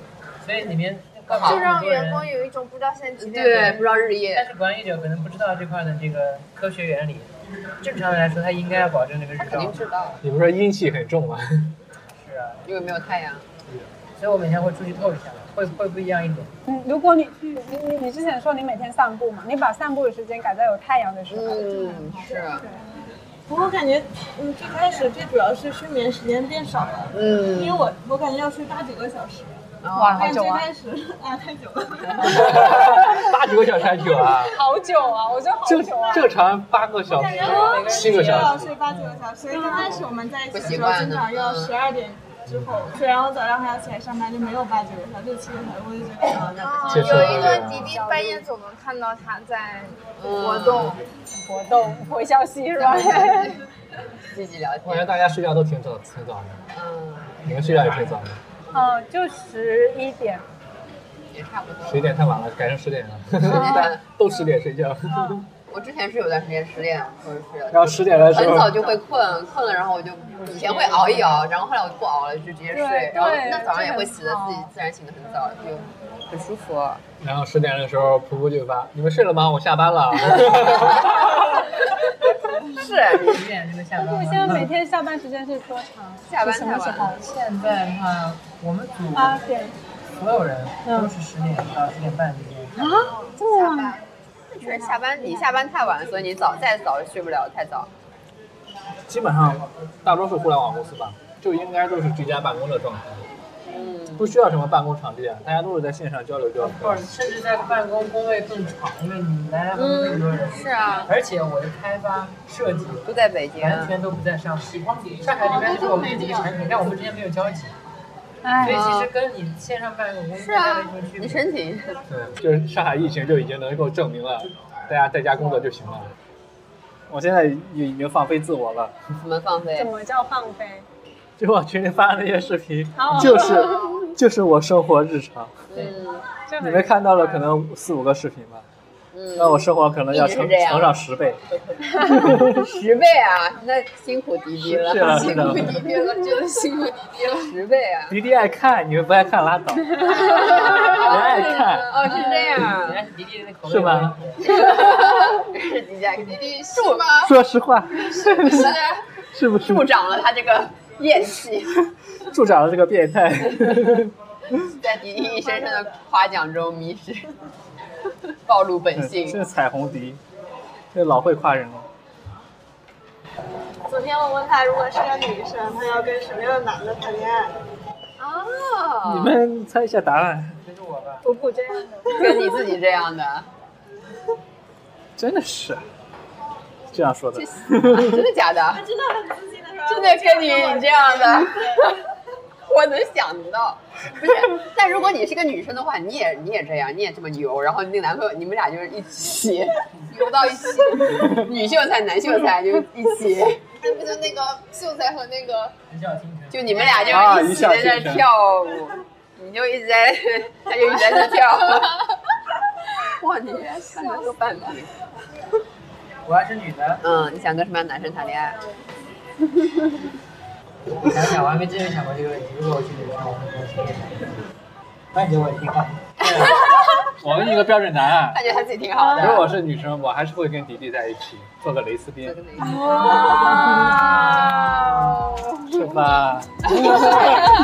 F: 所以里面干嘛
G: 就让
F: 很多
G: 员
F: 人。
G: 工有一种不知道现在几点了
C: 对，不知道日夜
F: 但。是管理者可能不知道这块的这个科学原理。正常的来说，他应该要保证这个日
C: 他肯
F: 照
C: 定。知道，
D: 你不是说阴气很重吗？
F: 是啊，
C: 因为没有太阳。
F: 所以我每天会出去透一下，会会不一样一点。
B: 嗯，如果你去，你你你之前说你每天散步嘛，你把散步的时间改在有太阳的时候。
C: 嗯，是，
I: 不过我感觉，嗯，最开始最主要是睡眠时间变少了，因为
C: 嗯，
I: 我我感觉要睡八九个小时，
C: 哇，
I: 但最开始啊太久了，
D: 八九个小时还久啊，
B: 好久啊，我觉得好
D: 正
B: 久啊。
D: 正常八个小时，七个
I: 就
D: 小
I: 要
D: 时
I: 睡。八九个小时。刚开始我们在一起
C: 不
I: 的
C: 习
I: 时候，
C: 惯
I: 经
C: 呢
I: 常要
C: 嗯
I: 十二点之后睡，然后早上还要起来上班，就没有八九个小时，六七个小时，我就觉得啊，那
G: 啊
D: 接
G: 有
D: 受
G: 一
D: 了
G: 段迪迪半夜总能看到他在活动，
C: 嗯
B: 活动回消息是吧？
C: 积极聊
D: 我感觉
C: 天。
D: 大家睡觉都挺早，挺早的，
C: 嗯，
D: 你们睡觉也挺早的，
B: 嗯，就十一点。
C: 也差不多。嗯
D: 十一点太晚了，改成十点了，
C: 啊
D: 但 都十点睡觉，
C: 我之前是有段时间失恋，或者是
D: 然后十点的时
C: 很早
D: 候，
C: 就会困，困了然后我就以前会熬一熬，然后后来我就不熬了，就直接睡
B: 对，
C: 然后
B: 对
C: 那早上也会
B: 这个
C: 起得
B: 很好
C: 自己自然醒得很早，就很舒服。
D: 然后十点的时候，噗噗就发：“你们睡了吗？我下班了。
C: 是
F: 十点就能下
B: 但是
F: 班
B: 我
F: 了。
B: 现在每天下班时间是多长？
C: 下班
B: 是什么时
C: 太晚
B: 候
C: 了？
F: 现在的话，我们组
B: 八点。
F: 所有人都是十点到十点半之间。
B: 对
G: 下
B: 啊，
G: 班。
C: 是下班你下班太晚，所以你早再早也睡不了太早。”
D: 基本上大多数互联网公司吧，就应该都是居家办公的状态，
C: 嗯，
D: 不需要什么办公场地啊，大家都是在线上交流交流。
C: 啊
F: 或者甚至在办公工位更长，因为你来来回回很多人。
C: 是啊，
F: 而且我的开发设计
C: 都在北京，
F: 完全都不在上海，上海这边是我们自己的产品，但我们之间没有交集，所以其实跟你线上办公
C: 哎是
F: 没有
C: 啊
F: 什么区，
C: 你
F: 别。
C: 申请
D: 嗯，就是上海疫情就已经能够证明了，大家在家工作就行了。我现在也已经放飞自我了，
C: 怎么放飞
B: 怎？么叫放飞？
D: 就我群里发的那些视频
B: 哦，
D: 就是就是我生活日常。
C: 嗯
B: 这
D: 你
B: 很
D: 们看到了可能四五个视频吧，
C: 嗯，
D: 那我生活可能要
C: 一直
D: 成
C: 这样
D: 成长十倍。
C: 十倍啊，那辛苦滴滴
D: 是啊
C: 了，
D: 是
C: 辛
D: 的
C: 苦滴滴了，真的辛苦滴滴了，十倍啊！
D: 迪迪爱看，你们不爱看拉倒，人爱看。
C: 哦，是这样
F: 人。家是迪迪的口味
D: 是吧
C: 是迪迦，迪迪是我吗？
D: 说实话，
C: 不是
D: 是不是
C: 助长了他这个厌气，
D: 助长了这个 变态？
C: 在迪迪一声声的夸奖中迷失，暴露本 性。
D: 这彩虹迪，这老会夸人了。
I: 昨天我问他，如果是个女生，他要跟什么样的男的谈恋爱？
D: 你
C: 啊，
D: 们猜一下答案，
F: 就是我吧，
B: 普普这样的。
C: 哦跟你自己这样的，
D: 真的是啊这样说的。
C: 真 的假的？
I: 真的很自信的说，
C: 真的跟你这样的， 我能想到。不是，但如果你是个女生的话，你也你也这样，你也这么油，然后你那个男朋友，你们俩就是一 起油到一起，女秀才男秀才就一起，
G: 那不就那个秀才和那个
F: 很小清纯。
C: 就你们俩啊就是一起在那跳舞，你就一直在，他就一直在 那跳。哇，你原来看这个办法，
F: 我要是女的，
C: 嗯，你想跟什么样的男生谈恋爱？
F: 我想想，我还没真正想过这个问题。如果我是女生，我会跟谁恋爱？ 那你觉得我挺好。
D: 我们一个标准答案。
C: 感觉他自己挺好的。
D: 如果我是女生，我还是会跟迪迪在一起，做个蕾丝边，是吧？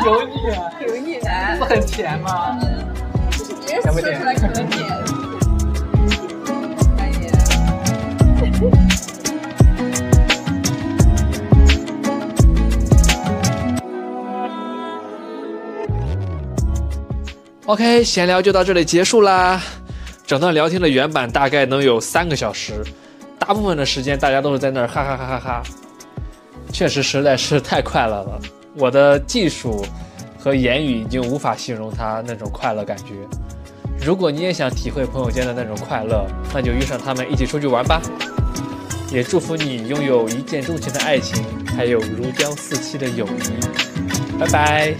F: 油腻啊，
C: 油腻男
F: 不，很甜吗？
D: 甜不甜？
C: 可以。
A: OK，闲聊就到这里结束啦。整段聊天的原版大概能有三个小时，大部分的时间大家都是在那儿哈哈哈哈哈。确实实在是太快乐了，我的技术和言语已经无法形容它那种快乐感觉。如果你也想体会朋友间的那种快乐，那就约上他们一起出去玩吧。也祝福你拥有一见钟情的爱情，还有如胶似漆的友谊。拜拜。